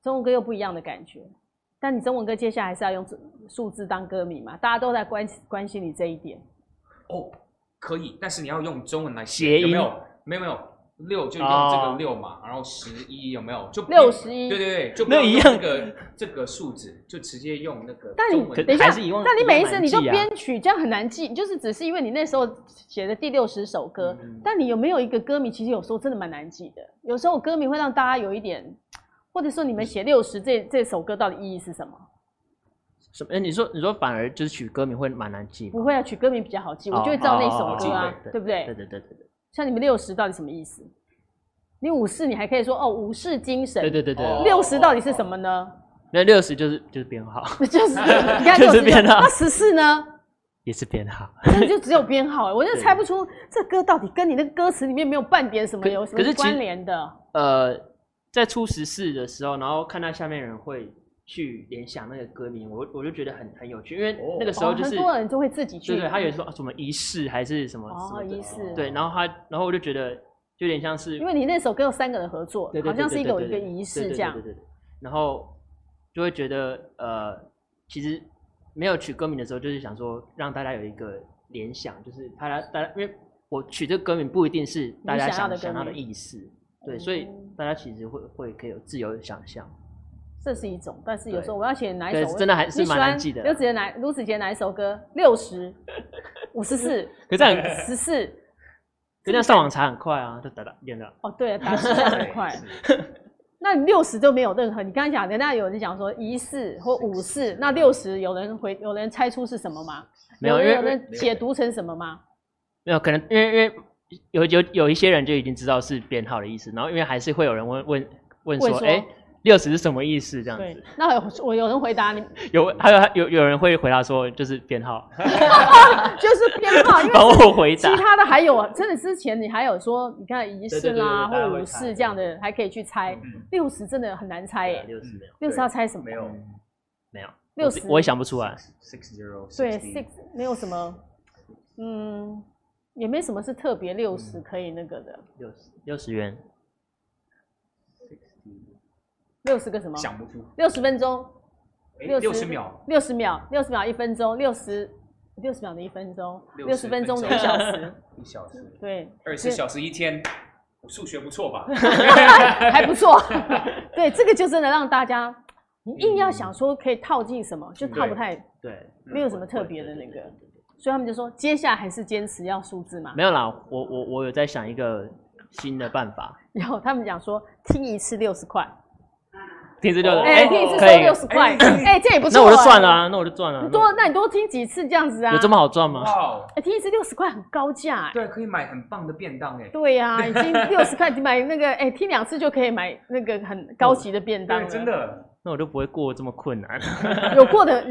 中文歌又不一样的感觉。但你中文歌接下来还是要用数数字当歌名嘛，大家都在关关心你这一点。
哦，可以，但是你要用中文来
谐
写，
音
有没有？没有没有，六就用这个六嘛，然后十一有没有？就不
哦六十一
对对对，就不
那
要
一
用
样
这个这个数字，就直接用那个
但你
中文。
等一下
还，是一样啊
但你每一次你就
一样难
编曲，这样很难记，就是只是因为你那时候写的第六十首歌，
嗯
但你有没有一个歌名，其实有时候真的蛮难记的。有时候歌名会让大家有一点，或者说你们写六十这这首歌到底意义是什么？
什么？哎你说你说反而就是取歌名会蛮难记吗，
不会啊，取歌名比较好记，我就会
哦
知道那
哦哦哦
首歌啊
哦，
对不对
对？对对对对
像你们六十到底什么意思？你五四你还可以说哦，武士精神。
对对对对
哦
对，
六十到底是什么呢？
那六十就是就是编号，
就是你看
就
六
是
十，
编号
那十四呢？
也是编号。
真的就只有编号、欸，我就
对
猜不出这歌到底跟你那个歌词里面没有半点什么
可
有什
可是
么
其实
关联的。
呃，在初十四的时候，然后看到下面人会去联想那个歌名，我我就觉得很很有趣，因为那个时候就
哦、很
是、
多人就会自己去，
对对，他有时候啊什么仪式还是什么什
嗯哦
么的
仪式，
对，然后他然后我就觉得就有点像是
因为你那首歌有三个人合作，
对对对
好像是一个有
对
一
对
个
对
仪
对
式
对
这样
对。对对对然后就会觉得呃，其实没有取歌名的时候，就是想说让大家有一个联想，就是大家大家因为我取这个歌名不一定是大家
你想要
想
的
想
歌
要的
名哦
意思，对，所以大家其实会会可以有自由的想象。
这是一种，但是有时候
对
我要写哪一
对
首，我
真的还是
你喜
蛮
欢
难记的
刘子杰哪卢子杰哪一首歌？六十，五十 四，
可 这样，可
十四。
这样上网查很快啊，就打打点到。
哦，对了，打起来很 快。那你六十就没有任何，你刚才讲，人家有人讲说疑似或五四，那六十有人回有人猜出是什么吗？
没有
人
因为
有人解读成什么吗？
没有，可能因为因为有有有一些人就已经知道是编号的意思，然后因为还是会有人问问问
问
说，
说
哎，六十是什么意思？这样
对
子，，
那有我有人回 答你，
有还有有有人会回答说就是编 号，
就是编号，因为
帮我回答
其。他的还有，真的之前你还有说，你看仪式啦，
对对对对大家
或
会
武
猜
士这样的，还可以去猜。六十真的很难猜耶，
嗯啊六十没有，
六十要猜什么？
没有没有，
六
我
十
自我也想不出来。
Six zero
对
sixteen
，six 没有什么，嗯，也没什么是特别六
嗯
十可以那个的，
六十六十元，
六十个什么？
想不出，
六十分钟，
六十秒，
六十秒，六十秒一分钟，六十六十秒的一分钟，六十
60
分钟的一
分钟
小时，
一小时，
对，
二十四小时一天，我数学不错吧？
还不 错。对，这个就真的让大家，你硬要想说可以套进什么，就套不太。
嗯对，
没有什么特别的那个，所以他们就说，接下来还是坚持要数字嘛。
没有啦，我我我有在想一个新的办法，
然后他们讲说，听一次六十块，
听这六十，
哎，
哦哎，
听一次
可
收六十
以，
块，哎，这也不错。
那我就算了，啊，那我就赚了
你
啊，
多，那你多听几次这样子啊？
有这么好赚吗？
哇哦，
哎，听一次六十块很高价哎。
对，可以买很棒的便当哎，
对呀、已 经六十块，你买那个，哎、听两次就可以买那个很高级的便当
对，
了。
真的，
那我就不会过这么困难。
有过的，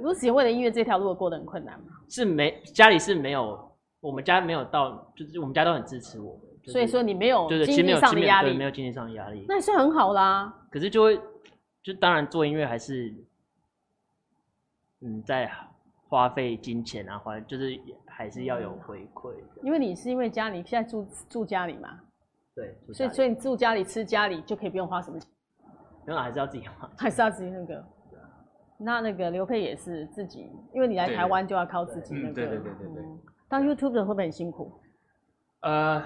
如此为了音乐这条路有过得很困难嘛，
是没家里是没有，我们家没有到，就是我们家都很支持我们，就是
所以说你没有
就是其实
经
没
济
有
上
其
的
实没有
压
对
力
没，有经济上的压力，
那也算很好啦。
可是就会就当然做音乐还是嗯在花费金钱啊，花就是还是要有
嗯
回馈的，
因为你是因为家里现在住住家里嘛，
对，就
所以
家里
所以你住家里吃家里就可以不用花什么钱，
没有啦还是要自己花。
还是要自己那个。那那个刘佩也是自己，因为你来
对
台湾就要靠自己
嗯
那个。
对对对对对
嗯当 YouTube 的会不会很辛苦？
呃，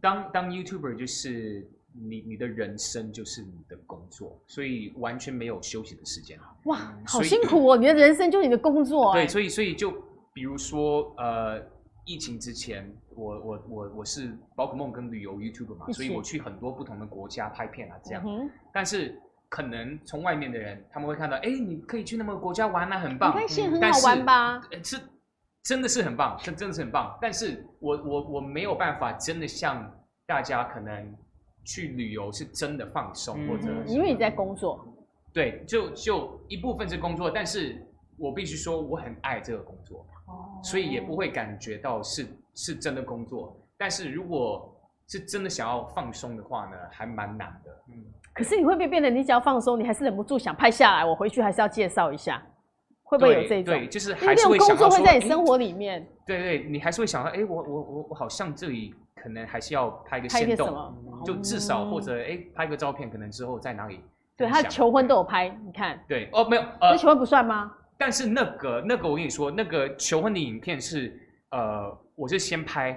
当当 YouTuber 就是你你的人生就是你的工作，所以完全没有休息的时间。啊嗯
哇，好
所以
辛苦哦！你的人生就是你的工作、哎
对，所以所以就比如说呃，疫情之前，我我我我是宝可梦跟旅游 YouTuber 嘛
一，起
所以我去很多不同的国家拍片啊，这样。
嗯
但是可能从外面的人，他们会看到，哎，你可以去那么个国家玩啊，很
哼，
棒
你，看现在很
但
好
是
玩吧？
呃是真的是很棒，真真的是很棒。但是我我我没有办法真的像大家可能去旅游是真的放松，
嗯
或者
嗯
是
因为你在工作，
对，就就一部分是工作，但是我必须说我很爱这个工作，
哦
所以也不会感觉到是是真的工作。但是如果是真的想要放松的话呢，还蛮难的。
可是你会不会变得你只要放松，你还是忍不住想拍下来？我回去还是要介绍一下，会不会有这
对
种？
对，就是
因为
还
这
是
种
会
工
想
作
到
会
说，
在你
诶
生活里面
对对，你还是会想到，哎，我我我我好像这里可能还是要拍个
拍一
线
些什
动，
么？
就至少
嗯
或者哎、诶拍个照片，可能之后在哪里分
对他
享？
求婚都有拍，你看，
对哦没有
那
呃，
求婚不算吗？
但是那个那个我跟你说，那个求婚的影片是呃我是先拍，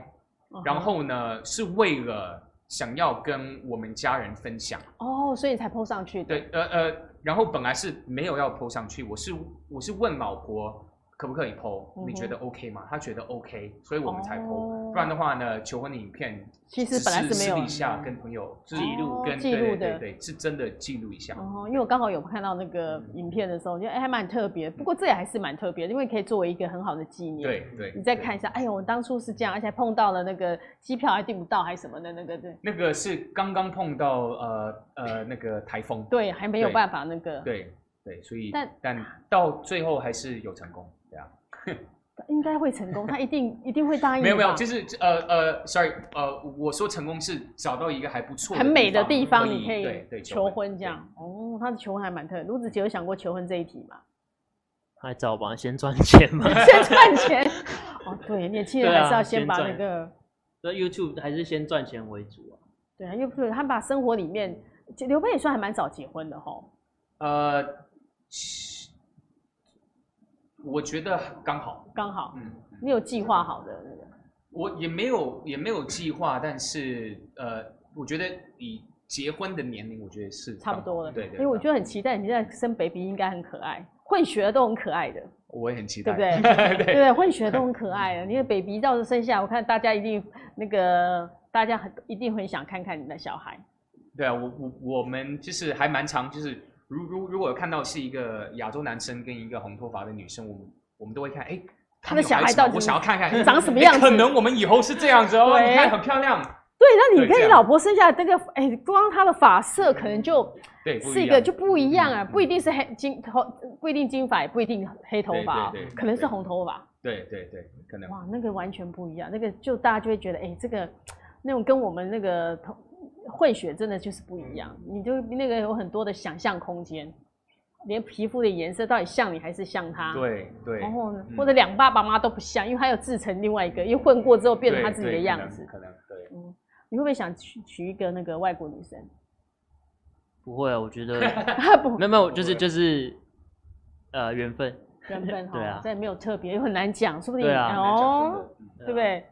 哦
然后呢是为了想要跟我们家人分享，
哦，所以你才 PO 上去的。
对呃呃，然后本来是没有要 PO 上去，我是我是问老婆可不可以 PO，、你觉得 OK 吗？她觉得 OK，所以我们才 PO，、
嗯哦
不然的话呢，求婚的影片
其实
只
本来是没有
私底下跟朋友
记
就是
录
跟
记
对
录
对
的
对对，是真的记录一下。嗯
哦，因为我刚好有看到那个影片的时候，我觉得哎还蛮特别。不过这也还是蛮特别的，因为可以作为一个很好的纪念。，
对对，
你再
对
看一下，哎呦，我当初是这样，而且还碰到了那个机票还订不到，还什么的那个，对
那个是刚刚碰到呃呃那个台风，
对，还没有
对
办法那个。
对对，所以
但
但到最后还是有成功，对啊，
应该会成功，他一定一定会答应
没有
的
没有，
吧
就是呃呃，sorry，呃，我说成功是找到一个还不错
很美的地方，你可
对
以
对
求婚这样。哦，他的求婚还蛮特别。卢子杰有想过求婚这一题吗？
还早吧，先赚钱嘛。
先赚钱。哦，对，年轻人
对啊
还是要先把
先
那
赚
个
所以 YouTube 还是先赚钱为主啊。
对啊，又不是他把生活里面，就刘备也算还蛮早结婚的吼。
呃，嘘我觉得刚好，
刚好
嗯，
你有计划好的那个，
我也没有也没有计划，但是呃，我觉得以结婚的年龄，我觉得是
差不
刚好
多了。
对对，
因为我
刚
觉得很期待你现在生 baby 应该很可爱，混血的都很可爱的，
我也很期
对
待，
不对？
对？
对对，混血都很可爱的。你的 baby 到时候生下来，我看大家一定那个，大家很一定很想看看你的小孩。
对啊，我我我们就是还蛮常，就是如如如果看到是一个亚洲男生跟一个红头发的女生，我们我们都会看，哎，
他
们
的
有
小
孩
孩
子吗
到底
我想要看看
长什么
哎
样子
可能我们以后是这样子 哦，
对
你看很漂亮，
对，那你
对这
跟你
样
老婆生下来这个，哎、光她的发色可能就
对，嗯不
四
一
个
样嗯
就不一样啊，不一定是黑金头，不一定金发，也不一定黑头发哦
对对对，对
可能是红头发。
对对对，可能
哇，那个完全不一样，那个就大家就会觉得，哎、这个那种跟我们那个同混血真的就是不一样，你就那个有很多的想象空间，连皮肤的颜色到底像你还是像他，，
对对，
然后呢，
嗯
或者两爸爸妈都不像，因为他有制成另外一个，因为混过之后变成他自己的
对对
样子。
可能可能对。
你会不会想娶娶一个那个外国女生？
不会啊，我觉得
不，
没有没有，就是就是呃缘分，
缘分哈
对啊，
这也没有特别，又很难讲，说不定
对啊
哎
很
难讲
哦
真的，嗯
对不对？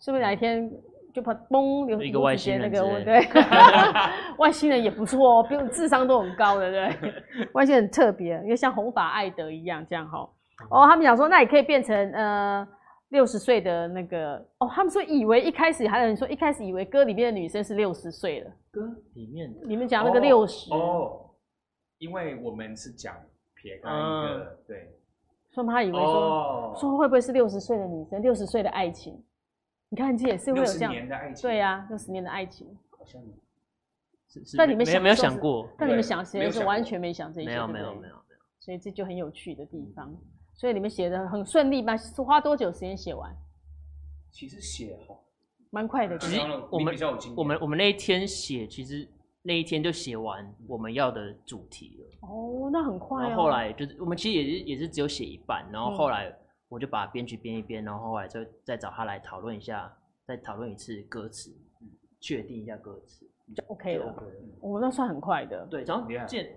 是不是哪一天就把嘣流
啊一个外星人
那个
之类
对， 外星人也不错哦，比我们智商都很高的，对， 外星人很特别，因为像红发艾德一样这样哈。
嗯
哦，他们讲说，那也可以变成呃六十岁的那个哦，他们说以为一开始还有人说一开始以为歌里面的女生是六十岁了，
歌里面的
你们讲那个六十、
哦，因为我们是讲撇开一个对，
所嗯以他以为说、
哦
说会不会是六十岁的女生，六十岁的爱情？你看这也是会有
六
这
十
样，
年的爱情，
对啊呀、六十年的爱情。
好像
是是
但
没
你们
没
想
有没有
说是
想过，
但你们
对
想实
没有
验室
想
完
过
全没想这些，
没有
对不
没有
对
没有没嗯有，
所以这就很有趣的地方。所以你们写的很顺利吗？是花多久时间写完？
其实写好，
蛮快的，
其实
然后
我
你
们
比较有经验，
我 们我们那一天写，其实那一天就写完我们要的主题了。
哦，那很快
然
哦。
后后来就是我们其实也是也是只有写一半，然后
嗯
后来我就把编曲编一编，然后后来就再找他来讨论一下，再讨论一次歌词，确定一下歌词
就 OK
就
了，
OK 了。
哦，那算很快的。
对，然后
厉害
见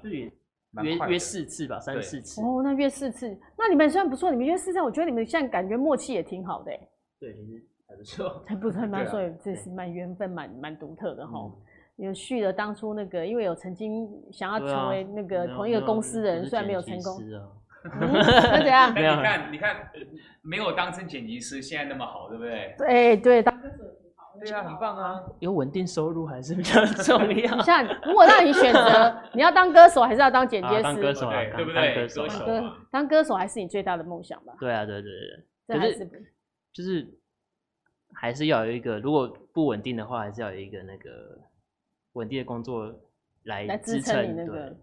就也
蛮
约
快的
约四次吧，三
对
四次。
哦，那约四次，那你们算不错，你们约四次，我觉得你们现在感觉默契也挺好的欸，
对，其实还不 错。
还不错，蛮
对啊
所以这是蛮缘分，蛮蛮独特的
嗯
哈。有续了当初那个，因为有曾经想要
对啊
成为那
没
个
有
同一个
没有
公司的人，
不是
虽然没有
剪
成
辑
功，
师啊
嗯那怎样？
哎
没有
你看你看，呃没有当成剪辑师，现在那么好，对不对？
对哎对，当。
对啊，很棒啊！
有稳定收入还是比较重要
像如果让你选择，你要当歌手还是要当剪接
啊
师？
当歌手啊
对，
当
对不
当
对？
歌手
歌
当
手
歌
嘛，
当歌手还是你最大的梦想吧？
对啊，对对对，
这
可
还
是
是
就是还是要有一个，如果不稳定的话，还是要有一个那个稳定的工作来
来支撑你
撑。
那个
对，。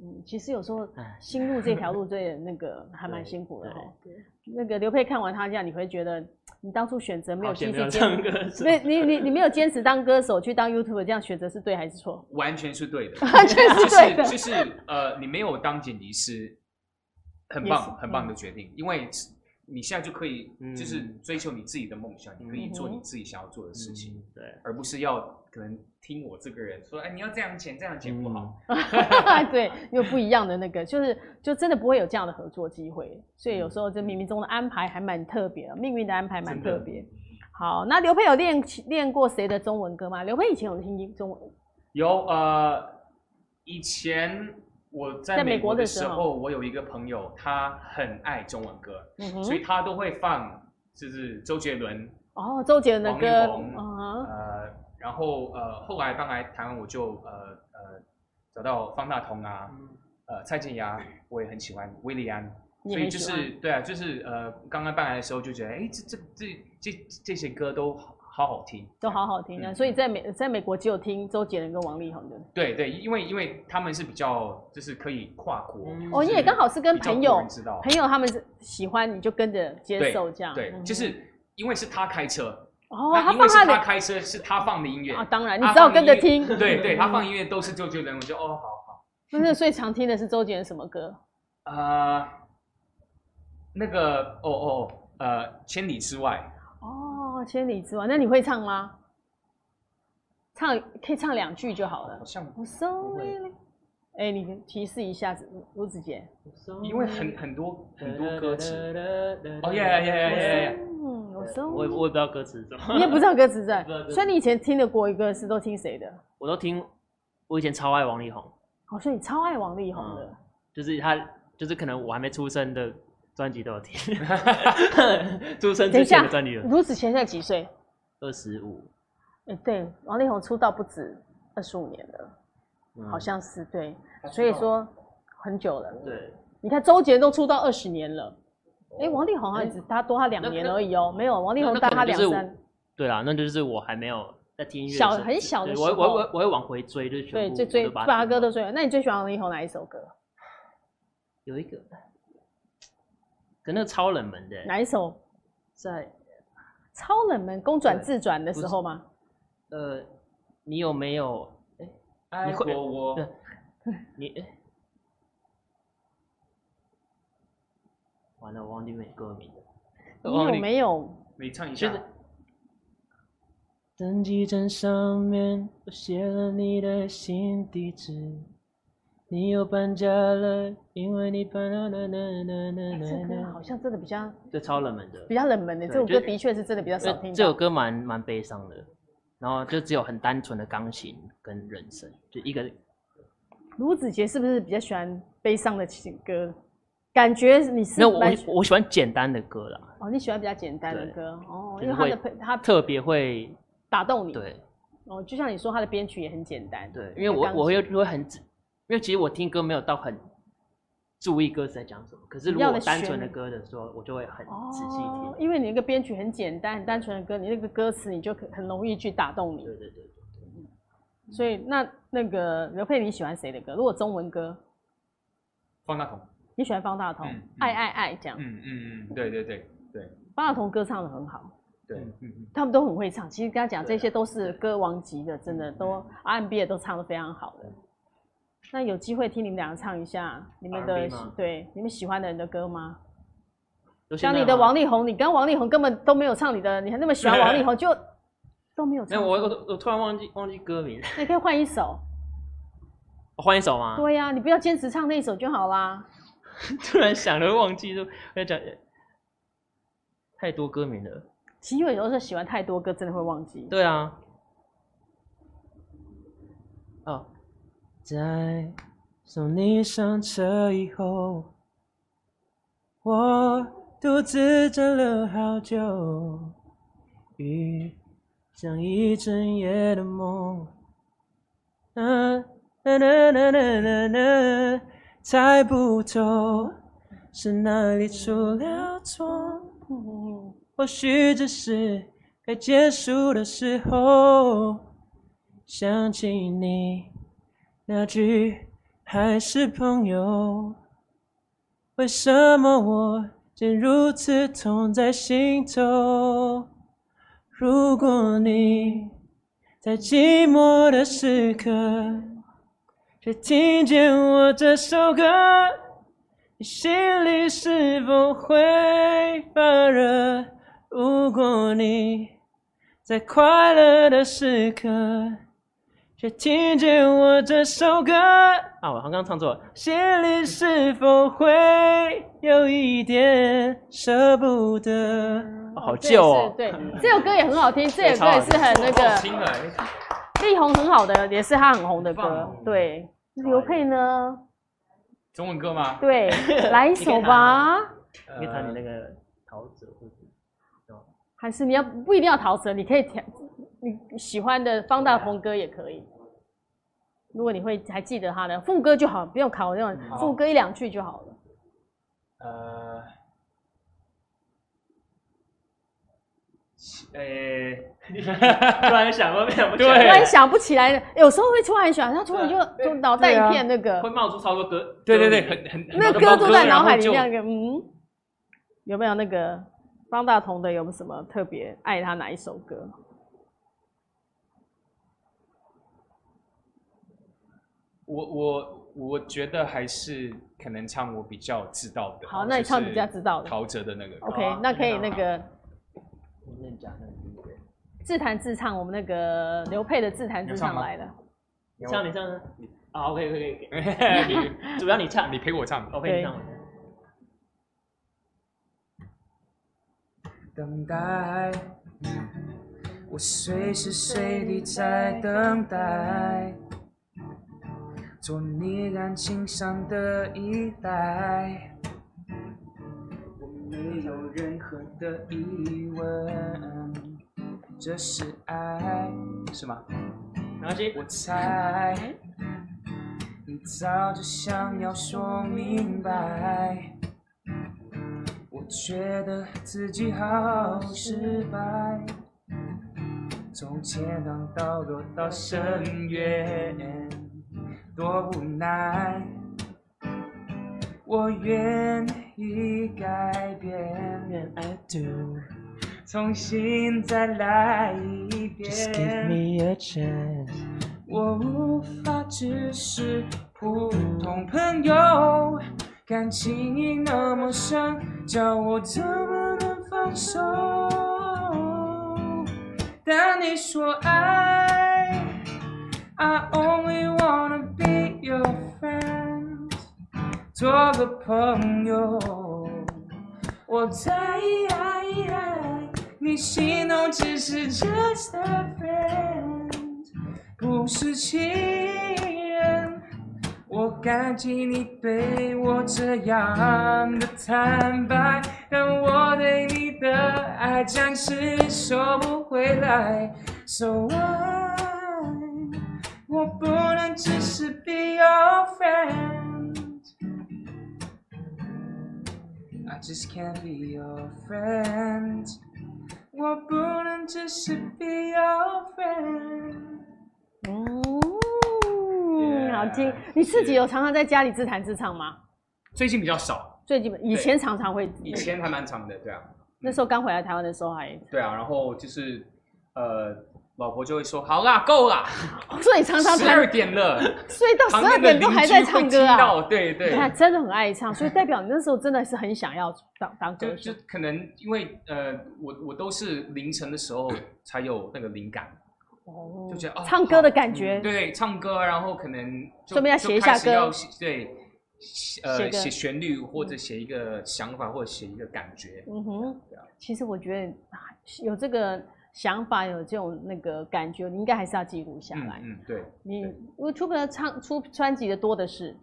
嗯，其实有时候
哎
心路这条路最那个还蛮
对
辛苦的哈。
对，
那个刘佩看完他这样，你会觉得你当初选择没有
好险
继
没有
续
唱
坚，
歌嗯的时 候
没你你你没有坚持当歌手去当 YouTube，这样选择是对还是错？
完全是对的，
完全是对的
就是就是呃，你没有当剪辑师，很
也
棒
是
很棒的决定，因为你现在就可以
嗯
就是追求你自己的梦想，你可以做你自己想要做的事情。
嗯对，
而不是要可能听我这个人说，哎，你要这样剪，这样剪不好。
对，有不一样的那个，就是就真的不会有这样的合作机会，所以有时候这冥冥中的安排还蛮特别的，命运的安排蛮
真
特
的
别。好，那刘佩有练起练过谁的中文歌吗？刘佩以前有听中文，
有呃，以前我在
在美
美
国
国
的
的
时
时
候
候，我有一个朋友，他很爱中文歌，
嗯
所
哼，
以他都会放就是周杰伦，
哦，周杰伦的
王力
歌，
宏
嗯哼，
呃，然后呃，后来搬来台湾，我就呃呃找到方大同啊，呃蔡健雅，我也很喜欢，威利安。
你
所
很
以就
喜欢
是对啊，就是呃，刚刚搬来的时候就觉得，哎，这这这这这些歌都好好好听，
都好好听啊。
嗯
所以在美在美国只有听周杰伦跟王力宏的。
对对，因为因为他们是比较就是可以跨国，
嗯
哦，
就是
你也刚好是跟
比较
朋
多
友
人知道，
朋友他们是喜欢，你就跟着接
对
受这样。
对
嗯，哼
就是因为是他开车，
哦，
那
他
因为
放
是
他
他
的
开车是他放的音乐
啊，，当然你
他
只好
放
跟着
音乐
听。
对对，他
嗯
放音乐都是周杰伦，我就哦好好，
那是最常听的是周杰伦什么歌？
呃，那个哦哦呃，千里之外，
哦，千里之外，那你会唱吗？唱可以唱两句就好了
好。像
我送
会
你了，哎，你提示一下子，吴子杰。
因为很很多很多歌词，
哦
哦耶耶耶耶耶，
嗯，我送
哎我也
你。
我也不知道歌词是什么，
你也不知道歌词在
不知道歌，词
所以你以前听的国语歌是都听谁的？
我都听，我以前超爱王力宏，
好像你超爱王力宏
嗯
的。
就是他就是可能我还没出生的专辑都有听， 出生
等一
之前
下
的专辑有，
卢子贤现在几岁？
二十五，
哎、对，王力宏出道不止二十五年了，
嗯
好像是对，
他出道
所以说很久了。
对，
你看周杰伦都出道二十年了，哎、王力宏好像只他多他两
哦那
年
那
而已哦、没有，王力
那
宏
那
大
可
他
能
两
就是
三。
对啦，那就是我还没有在听音乐的时
小
候，
很小的
对
时
我
候，
我我我会往回追，就是全
对
部
最最
我都把它
八
听
哥
完
都追完。那你最喜欢王力宏哪一首歌？
有一个，可那个超冷门的，
哪一首？
在
超冷门，公转
对
自转的
不
时
是
候吗？
呃，你有没有？哎，
爱
会
过我
对你哎完了，我忘记没歌名了。
你
我忘
有
记
没有？
你唱一
就
下
是。登记证上面我写了你的新地址，你又搬家了，因为你搬到那那那那
哎这
那
首歌
那
好。像真的比较
这超冷门的，
比较冷门的，
对
这首
就呃
歌的确是真的比较少听
这首
到。
歌蛮蛮悲伤的，然后就只有很单纯的钢琴跟人声，就一个
卢子杰是不是比较喜欢悲伤的情歌？感觉你是
没有我
蛮
我喜欢简单的歌啦，
哦，你喜欢比较简单的
对
歌哦，
就
因为他的
是会
配他
特别会
打动你。
对
哦，就像你说，他的编曲也很简单。
对，因为我
钢
我
琴
会会很，因为其实我听歌没有到很注意歌词在讲什么，可是如
你要
果
的
我单
旋
纯的
律
歌的时候，我就会很仔细
哦，
听。
因为你那个编曲很简单、很单纯的歌，你那个歌词你就可很容易去打动你。
对对对对，
所以那那个刘佩，你喜欢谁的歌？如果中文歌，
方大同。
你喜欢方大同，
嗯嗯
爱爱爱这样。
嗯嗯嗯，对对对对
方大同歌唱的很好，
对
嗯，
嗯嗯，
他们都很会唱。其实跟他讲，
对
这
啊嗯
些都是歌王级的，真的都 R&B 的都唱的非常好的。那有机会听你们两个唱一下你们的
R&B 吗
对你们喜欢的人的歌吗？
有
像
现在
你的
吗
王力宏，你跟王力宏根本都没有唱你的，你还那么喜欢王力宏，就都没有
没
唱。
有我我我突然忘记忘记歌名，
你可以换一首。
我换一首吗？
对呀、你不要坚持唱那一首就好啦。
突然想了忘记，就要讲太多歌名了。
其实有时候是喜欢太多歌，真的会忘记。
对啊。哦，在送你上车以后，我独自站了好久，遇上一整夜的梦。啊啦啦啦啦啦啦，猜不透是哪里出了错。
嗯
或许这是该结束的时候，想起你那句还是朋友，为什么我竟如此痛在心头？如果你在寂寞的时刻，却听见我这首歌。你心里是否会发热？如果你在快乐的时刻，却听见我这首歌，啊，我刚刚唱错了，心里是否会有一点舍不得？哦、好旧哦，
这也是对，这首歌也很好听，这首歌也是很那
听哦
个
了，
力宏很好的，也是他很红的歌
很棒哦。
对，刘佩呢？
中文歌吗？
对，来一首吧。
呃
你看你那个陶喆或者
还是你要不一定要陶喆，你可以挑你喜欢的方大同歌也可以。如果你会还记得他的副歌就好，不用考那种
好
副歌一两句就好了。
呃，呃，
突然想，我想不起
突
来
对
然想不起来，有时候会突然想，他突然就就脑袋一片那个。
会冒出超多歌，
对对
歌
对，
名
很很
那
很
歌
多
都在
然
脑
后
海里
就
面，那个嗯，有没有那个方大同的有没有什么特别爱他哪一首歌？
我我我觉得还是可能唱我比较知道的。
好那你
就是
唱比较知道的
陶喆的那个歌。
OK，、
啊
那可以
那
那个
我跟你讲那个音乐，
自弹自唱，我们那个刘佩的自弹自唱来了。
像你这样你啊，OK OK
你
OK，主要你唱，
你
你
陪我唱。
OK 你唱。
等待，我随时随地在等待，做你感情上的依赖，我没有任何的疑问，这是爱，是吗？
然后先
我猜，你早就想要说明白，我觉得自己好失败，
从前浪到落到深渊，多无奈。我愿意改变，
And I do.
重新再来一
Just give
遍。
me a chance.
我无法只是普通朋友，感情已那么深，叫我怎么能放手？但你说爱，I only wanna be your friend，做个朋友。我在哎你心中只是 just a friend，不是情人。我感激你对我这样的坦白，但我对你的爱暂时收不回来。So why？我不能只是 be your friend。I just can't be your friend。我不能只是 be your friend。
嗯，
Yeah，
好听。你自己有常常在家里自弹自唱吗？
最近比较少，
最基本，以前常常会。
以前还蛮长的，对啊，
那时候刚回来台湾的时候还，
对啊，然后就是呃，老婆就会说：“好啦，够啦，
哦所以常常
十
弹，
二点了，
所以到十
旁
二
边
点
的邻居
都还在唱
会
歌
听
啊
到。对 对
你，看，真的很爱唱，所以代表你那时候真的是很想要当当
就
歌手
就。可能因为呃，我我都是凌晨的时候才有那个灵感，
哦
就觉得哦
唱歌的感觉，
对，唱歌，然后可能就
顺便要
就
写一下
开始
歌
要写对，
写
写呃，
歌
写旋律或者写一个想法或者写一个感觉，
嗯
啊
哼，其实我觉得啊有这个想法，有这种那个感觉，你应该还是要记录下
嗯
来。
嗯，对，
你 YouTube 的唱出专辑的多的是，
嗯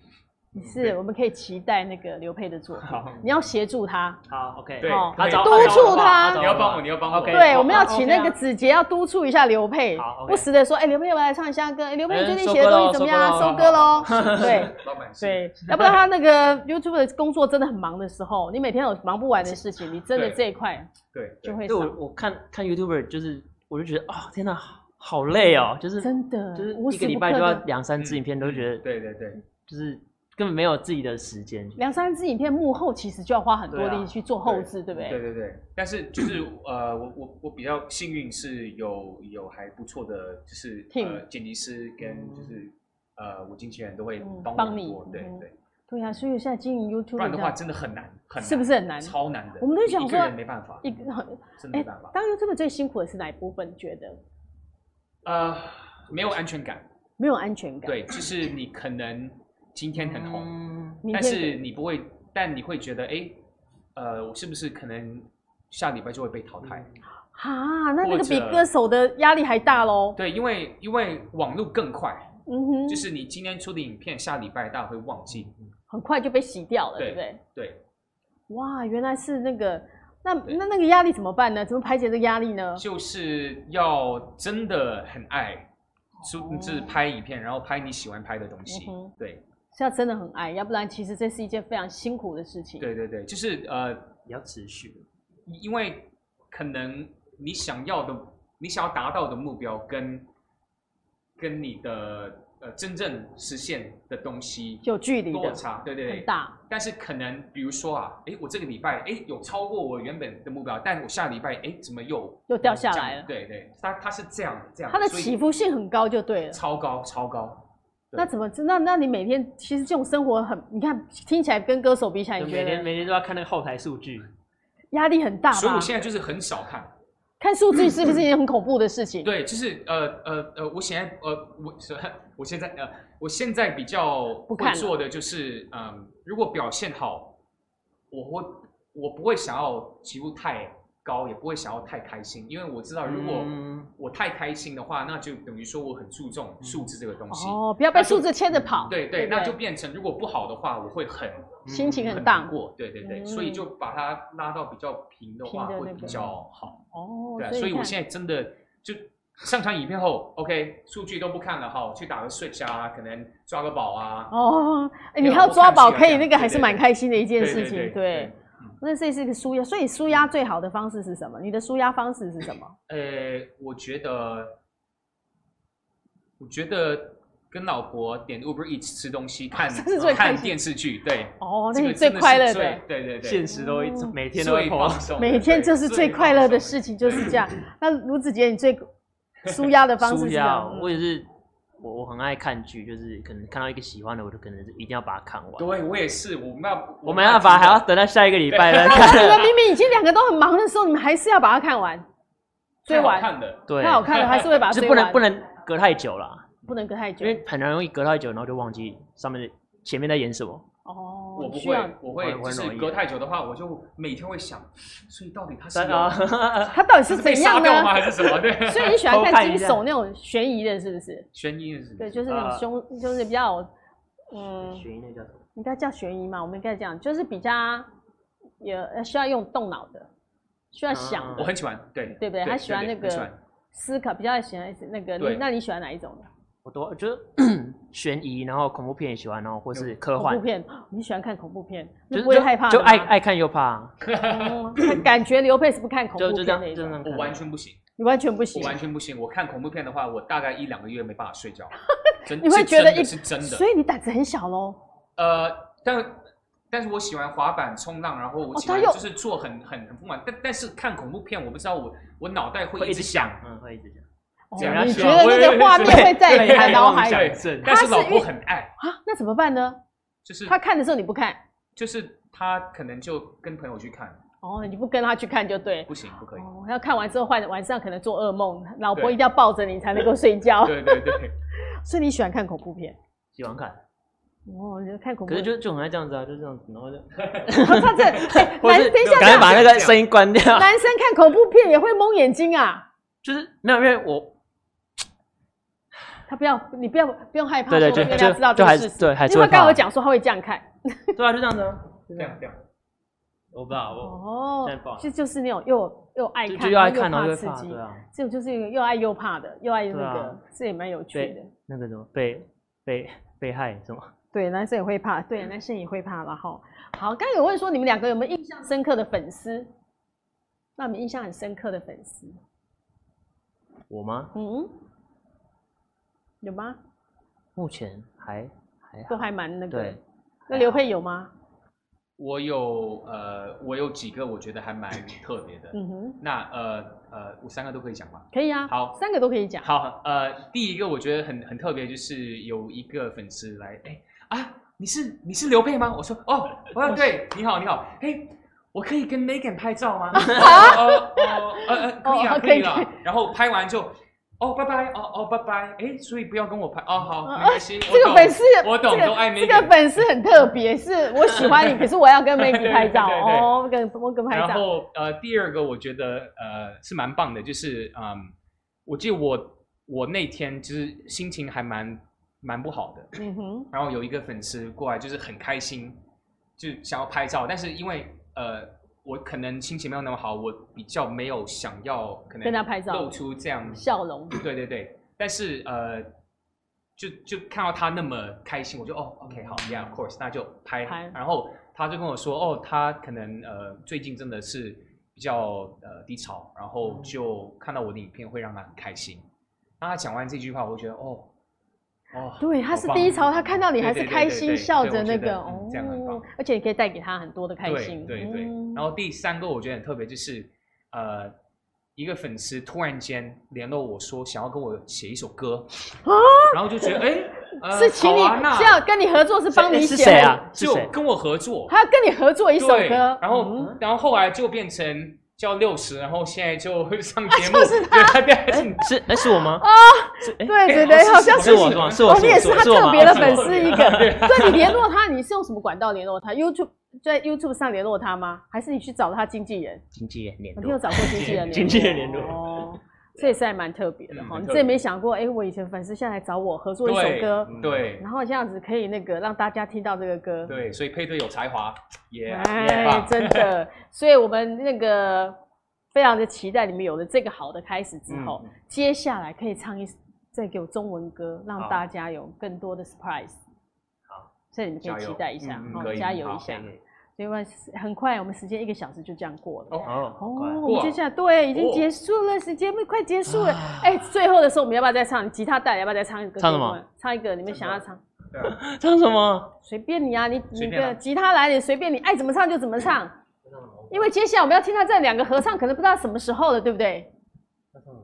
你是
对
我们可以期待那个刘佩的作品，
好，
你要协助他，
好，OK，
对
好，
他
可以
找
督促他
找
你
我
要
吧
帮我，你要帮我，
OK
对，
好
我们要
好
请
，OK 啊
那个子杰要督促一下刘佩
好，，OK
不时的说，哎，刘佩，我来唱一下歌，哎，刘佩，
哎
你最近
收
写的
歌
东
咯
西怎么
收歌
样？啊
咯
收歌喽， 对。
老板是，
对，要不然他那个 YouTube 的工作真的很忙的时候，你每天有忙不完的事情，你真的
对
这一块
对，对
就会
对
少
我。我看看 YouTuber 就是，我就觉得哦，天哪，好好累哦，就是
真的
就是
呃无
一
时
个礼
不
拜
刻
就要
的
两三支影片，
嗯
都觉得
对对对，
就是根本没有自己的时间。
两三支影片幕后其实就要花很多
对啊
力去做后置，对不
对
对？
对对，但是就是呃，我我我比较幸运是有有还不错的，就是呃
Team
剪辑师跟就是呃我经纪人都会
嗯
帮我
帮
很
你
多，对
嗯哼
对，
对呀，所以现在经营 YouTube
不然的
这
话
样
真的很难，很
是不是很难
超难的，
我们都
一
想
一个
说
人没办法，
一个
真的
哎
没办法，，
当 YouTube 最辛苦的是哪一部分？你觉得哎
呃，没有安全感，
没有安全感？，
对，就是你可能今天很红，
嗯，
明
但
天
是你不会，但你会觉得哎，呃，我是不是可能下礼拜就会被淘汰？
啊，那那
或
个比
者
歌手的压力还大喽。
对，因为因为网络更快。
嗯哼，
就是你今天出的影片，下礼拜大家会忘记。
很快就被洗掉了，对
对
不对？
对，
哇，原来是那个，那
对
那那个压力怎么办呢？怎么排解这个压力呢？
就是要真的很爱，出就是拍影片，然后拍你喜欢拍的东西。
哦嗯哼
对
是要真的很爱，要不然其实这是一件非常辛苦的事情。，
对对对，就是呃，
也要持续。
因为可能你想要的、你想要达到的目标跟跟你的呃真正实现的东西
有距离
落
的，
差，对对
很
对。
大。
但是可能比如说啊，诶，我这个礼拜诶有超过我原本的目标，但我下礼拜诶怎么又
又掉下来了
对对，它它是这样这样，
它的
所以
起伏性很高就对了。
超高超高，对
那怎么知？那那你每天其实这种生活很，你看听起来跟歌手比起来，
就
你
每
觉
天
得
每天都要看那个后台数据，
压力很大
所以
吧
我？现在就是很少看。
看数据是不是一件很恐怖的事情？
对，就是呃呃呃，我现在呃我 我现在呃我现在比较
不
会
看了
做的就是，嗯、如果表现好，我会我不会想要起步太高，也不会想要太开心，因为我知道如果
嗯
我太开心的话，那就等于说我很注重数字这个东西。
嗯哦，不要被数字牵着跑。
对
对
对，
不
那
对
就变成如果不好的话，我会很
心情很
很
荡
难过。对对对，
嗯
所以就把它拉到比较平的
平
话，
的那个
会比较好。
哦
对啊，，所以
你
我
看
现在真的就上传影片后，OK，数据都不看了哈，去打个 switch 啊，可能抓个宝啊。
哦，哎你
没有
还要
我
抓
看起
宝
来
可
这
以，
样
那个还
对
是
对
蛮
对
开心的一件
对嗯
事情。
对，
那这是一个舒压，所以舒压最好的方式是什么？你的舒压方式是什么？
呃，我觉得，我觉得跟老婆点 Uber Eats 吃东西，看
哦这是最开
看
心
电视剧，对，
哦，那
这
你
个
最
真的是
快乐
最
的，
对对对，
现实都会
哦
每天都会
最
po
放。松的，
每天
对
就是最快乐的事情就是这样。那卢子杰，你最舒压的方式
舒
是什
压，
么？
我也是，我我很爱看剧，就是可能看到一个喜欢的，我就可能是一定要把它看完。
对我也是，我们要
我没办法，还要等到下一个礼 拜再
啊那你们
看。
明明已经两个都很忙的时候，你们还是要把它看完，追
最好
完，
看的，
对，
太好看啊了，还是会把它
就
追
不能
完，
不能隔太久啦，
不能隔太久
因。为很容易隔太久，然后就忘记上面的前面在演什么。
哦，
我不
需要
会，我
我
会
也
就
会
是
容易
隔太久的话，我就每天会想，所以到底他是
但
有
啊，
他到底是
是被
怎
杀
样
掉吗，
呢？
还是什么？对，
所以你喜欢
偷看
看
一
惊
下
悚那种悬疑的，是不是？
悬疑是，
对，就是那种
呃
凶，就是比较有，嗯，
悬疑那叫什么？
应该叫悬疑嘛，我们应该讲，就是比较也呃需要用动脑的，需要想
啊
的
我，很喜欢，对
对不对？他喜欢那
对很喜
个
欢
思考，比较喜欢那个。你
对
那你喜欢哪一种的
我都就是 悬疑，然后恐怖片也喜欢，然后或是科
恐
幻
怖，片？你喜欢看恐怖片，
就
你
是
不会
就
害怕的
就
吗
爱爱看又怕，
嗯那感觉刘佩是不看恐
就
怖
就
片
这样
那一
就这样
种，
看。
我完全不行，
你完全不行
我。完全不行。我看恐怖片的话，我大概一两个月没办法睡觉，真
你会
是
觉得
真的
一
是真的
所。以你胆子很小喽。
呃，但但是我喜欢滑板、冲浪，然后我
哦
喜
他
欢
有
就是做很很很不满，但但是看恐怖片，我不知道我我脑袋会
会
一
一
直
直
想。
嗯，会一直这样。
哦
这样
你
是
觉
吧
得那个画面 会在你的脑海
对
里
想症
但
他
是
是
老婆
遇
很爱，
啊？那怎么办呢？
就是
他看的时候你不看，
就是他可能就跟朋友去看，
哦，你不跟他去看就对。
不行不可以。
哦，要看完之后，晚晚上可能做噩梦，老婆
对
一定要抱着你才能够睡觉。
对 对对，
所以你喜欢看恐怖片？
喜欢看，
哦，你看恐怖
可是
片。
就就很爱这样子啊，就这样子，然后就，
他这哎
或
男
是
等一下，
赶快把
等
那个声音关掉
一下，男生看恐怖片也会蒙眼睛啊。
就是没有，因为我
他不要，你不要不用害怕，
对对
说
就
因为他
就
知道
就
这
还
个
是
事实。
对还是
因为
会
他跟我
怕，
讲说他会这样看，
对啊，就这样子 啊，
这样这样。
我不知道，我
哦
现在不好，
这就是那种又又爱
就
看，
就要爱看，然
然
后
后
就
又
会怕，
刺激
对，啊，
这种就是一个又爱又怕的，又爱又那
对
个
啊，
这也蛮有趣的
被。那个什么被被被害什么，
对，男生也会怕，
嗯
对，男生也会怕了哈。好，刚才有问说你们两个有没有印象深刻的粉丝？让你们印象很深刻的粉丝，
我吗？
嗯，有吗？
目前还还好
都还蛮那个
对。，
那刘佩有吗？
我有呃，我有几个我觉得还蛮特别的。
嗯哼，
那呃呃，我三个都可以讲吗？
可以啊。
好
三个都可以讲。
好，呃，第一个我觉得很很特别，就是有一个粉丝来，哎啊，你是你是刘佩吗？我说 哦，哦对，你好你好，嘿，我可以跟 Megan 拍 照吗？哦哦呃呃，可以
哦
啊
可
可
以
以
可
啊
以。
然后拍完就哦拜拜哦哦拜拜，哎，所以不要跟我拍哦好，没关系，
嗯这
我
个
懂
粉丝，
我懂
这个
都爱
这个
Megan
粉丝很特别，是我喜欢 你，可是我要跟 Maggie 拍照
对对对
哦，跟我跟拍
然
照。
后呃，第二个我觉得呃是蛮棒的，就是嗯，我记得我我那天就是心情还蛮蛮不好的，
嗯哼，
然后有一个粉丝过来就是很开心，就想要拍照，但是因为呃我可能心情没有那么好，我比较没有想要可能
跟他拍照
露出这样，
笑容。
对对对，但是呃。就就看到他那么开心，我就哦，OK，好，Yeah，of course，那就拍。
嗯拍
然后他就跟我说，哦，他可能呃最近真的是比较呃低潮，然
嗯
后就看到我的影片会让他很开心。那他讲完这句话，我就觉得哦哦，
对，他是
好棒
低潮，他看到你还
对
是
对对
开
对对
心
对
笑
对
着
我
那
觉
个
得嗯这样很棒
哦，而且你可以带给他很多的开心。
对对对。
嗯
然后第三个我觉得很特别，就是呃，一个粉丝突然间联络我说想要跟我写一首歌，然后就觉得哎、 呃
啊是请你
好啊那
是要跟你合作，是帮你
是
写
谁
的
啊？是
就
谁？
跟我合作，
他要跟你合作一首
对
歌，
然后、
嗯
然后后来就变成叫六十，然后现在就上节目，
啊就是
对他变成
是哎是我吗？是哎
对对
哎
哦对，
哦
好像
是
是我是我是我
哦，你也是他
是我
特
吗
别的
是我
粉丝一个。
对
所以你联络他，你是用什么管道联络他？YouTube 在 YouTube 上联络他吗？还是你去找他经纪人？
经纪人联
哦你有
络，
找过经纪人联络？
经纪人联络
哦，这也是还蛮特别的
嗯
哈。
很
你
特
这也
别
没想过，哎，我以前粉丝现在来找我合作一首
对
歌，
对
然后这样子可以那个让大家听到这个歌。
对，所以配对有才华，也、
哎， 真的，所以我们那个非常的期待你们有了这个好的开始之后，
嗯
接下来可以唱一再给我中文歌，让
好
大家有更多的 surprise。好，所以你们可
加
以
油
期待一下
嗯，嗯
好、
可以
加油
好
一下。结果很快我们时间一个小时就这样过了。
哦，
哦，
哦，
乖
我们接下来对已经结束了，时间快结束
哦
了。哎，最后的时候我们要不要再唱？你吉他带来要不要再唱一个？
唱什么？
唱一个你们想要唱，
对 啊，
唱什么？
随便你啊，你你
随便啊
的吉他来，你随便你爱怎么唱就怎么唱。因为接下来我们要听到这两个合唱，可能不知道什么时候了，对不对？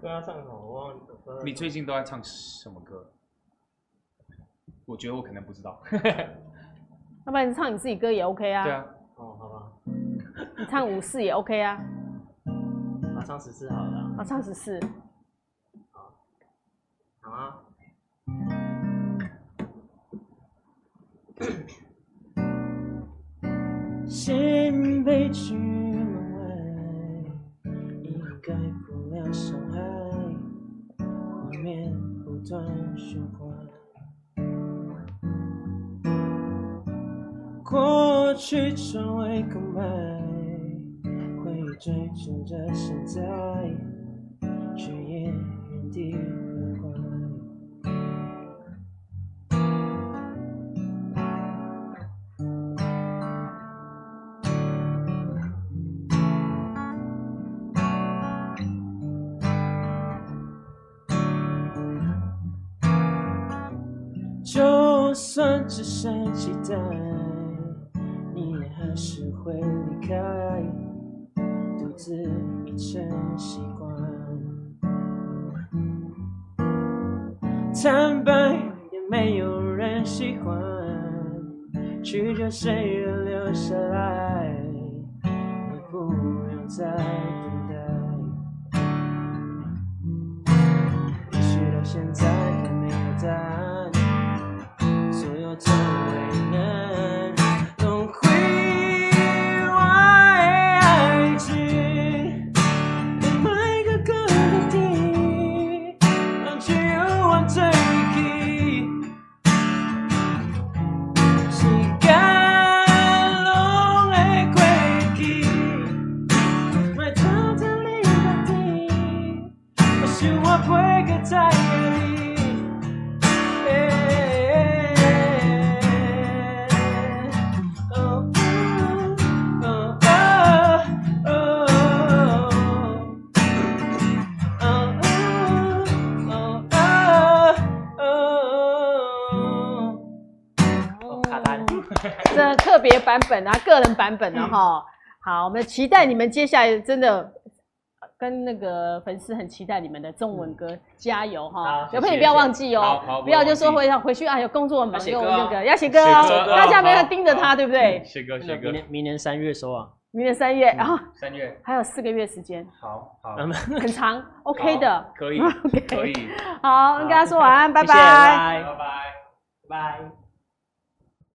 对啊，唱什么？我忘了。
你最近都在唱什么歌？我觉得我可能不知道。
要不然你唱你自己歌也 OK 啊，
对啊，
哦，好吧，
你唱五四也 OK 啊，
啊，唱十四好了啊。
啊唱十四，
好啊。
心被拒门外，一个改不了伤害，画面不断循环。过去成为空白，回忆追逐着现在，却也原地徘徊。就算只剩期待，你也还是会离开，独自已成习惯。坦白也没有人喜欢，拒绝谁人留下来，也不用再等待。也许到现在还没有答案，所有的为难都会爱情，另外个个体，让只有我自己。是该拢会过去，莫偷偷离别天。我想我袂搁再爱你。Oh, oh, oh, oh, oh, oh.
哦，卡单。
这特别版本啊，个人版本啊哈。好，我们期待你们接下来真的呃跟那个粉丝很期待你们的中文歌，加油哈
好！
刘佩，
谢谢
你不要忘记
好
哦
好，
不要
不
就
要
说
忘
回回去啊，有工作忙
写
又
歌啊
那个要 写歌哦
写歌，啊
大家没有
好嗯
盯着他，对不对？
写歌
那
写歌
明，年明年三月收啊，
明年三月，
嗯
然后
三月，
还有四个月时 间，
好好
嗯
很长，OK 的
好。可 以
OK
可以，
好，跟大家说晚安，拜
谢谢
拜。
拜拜。
拜。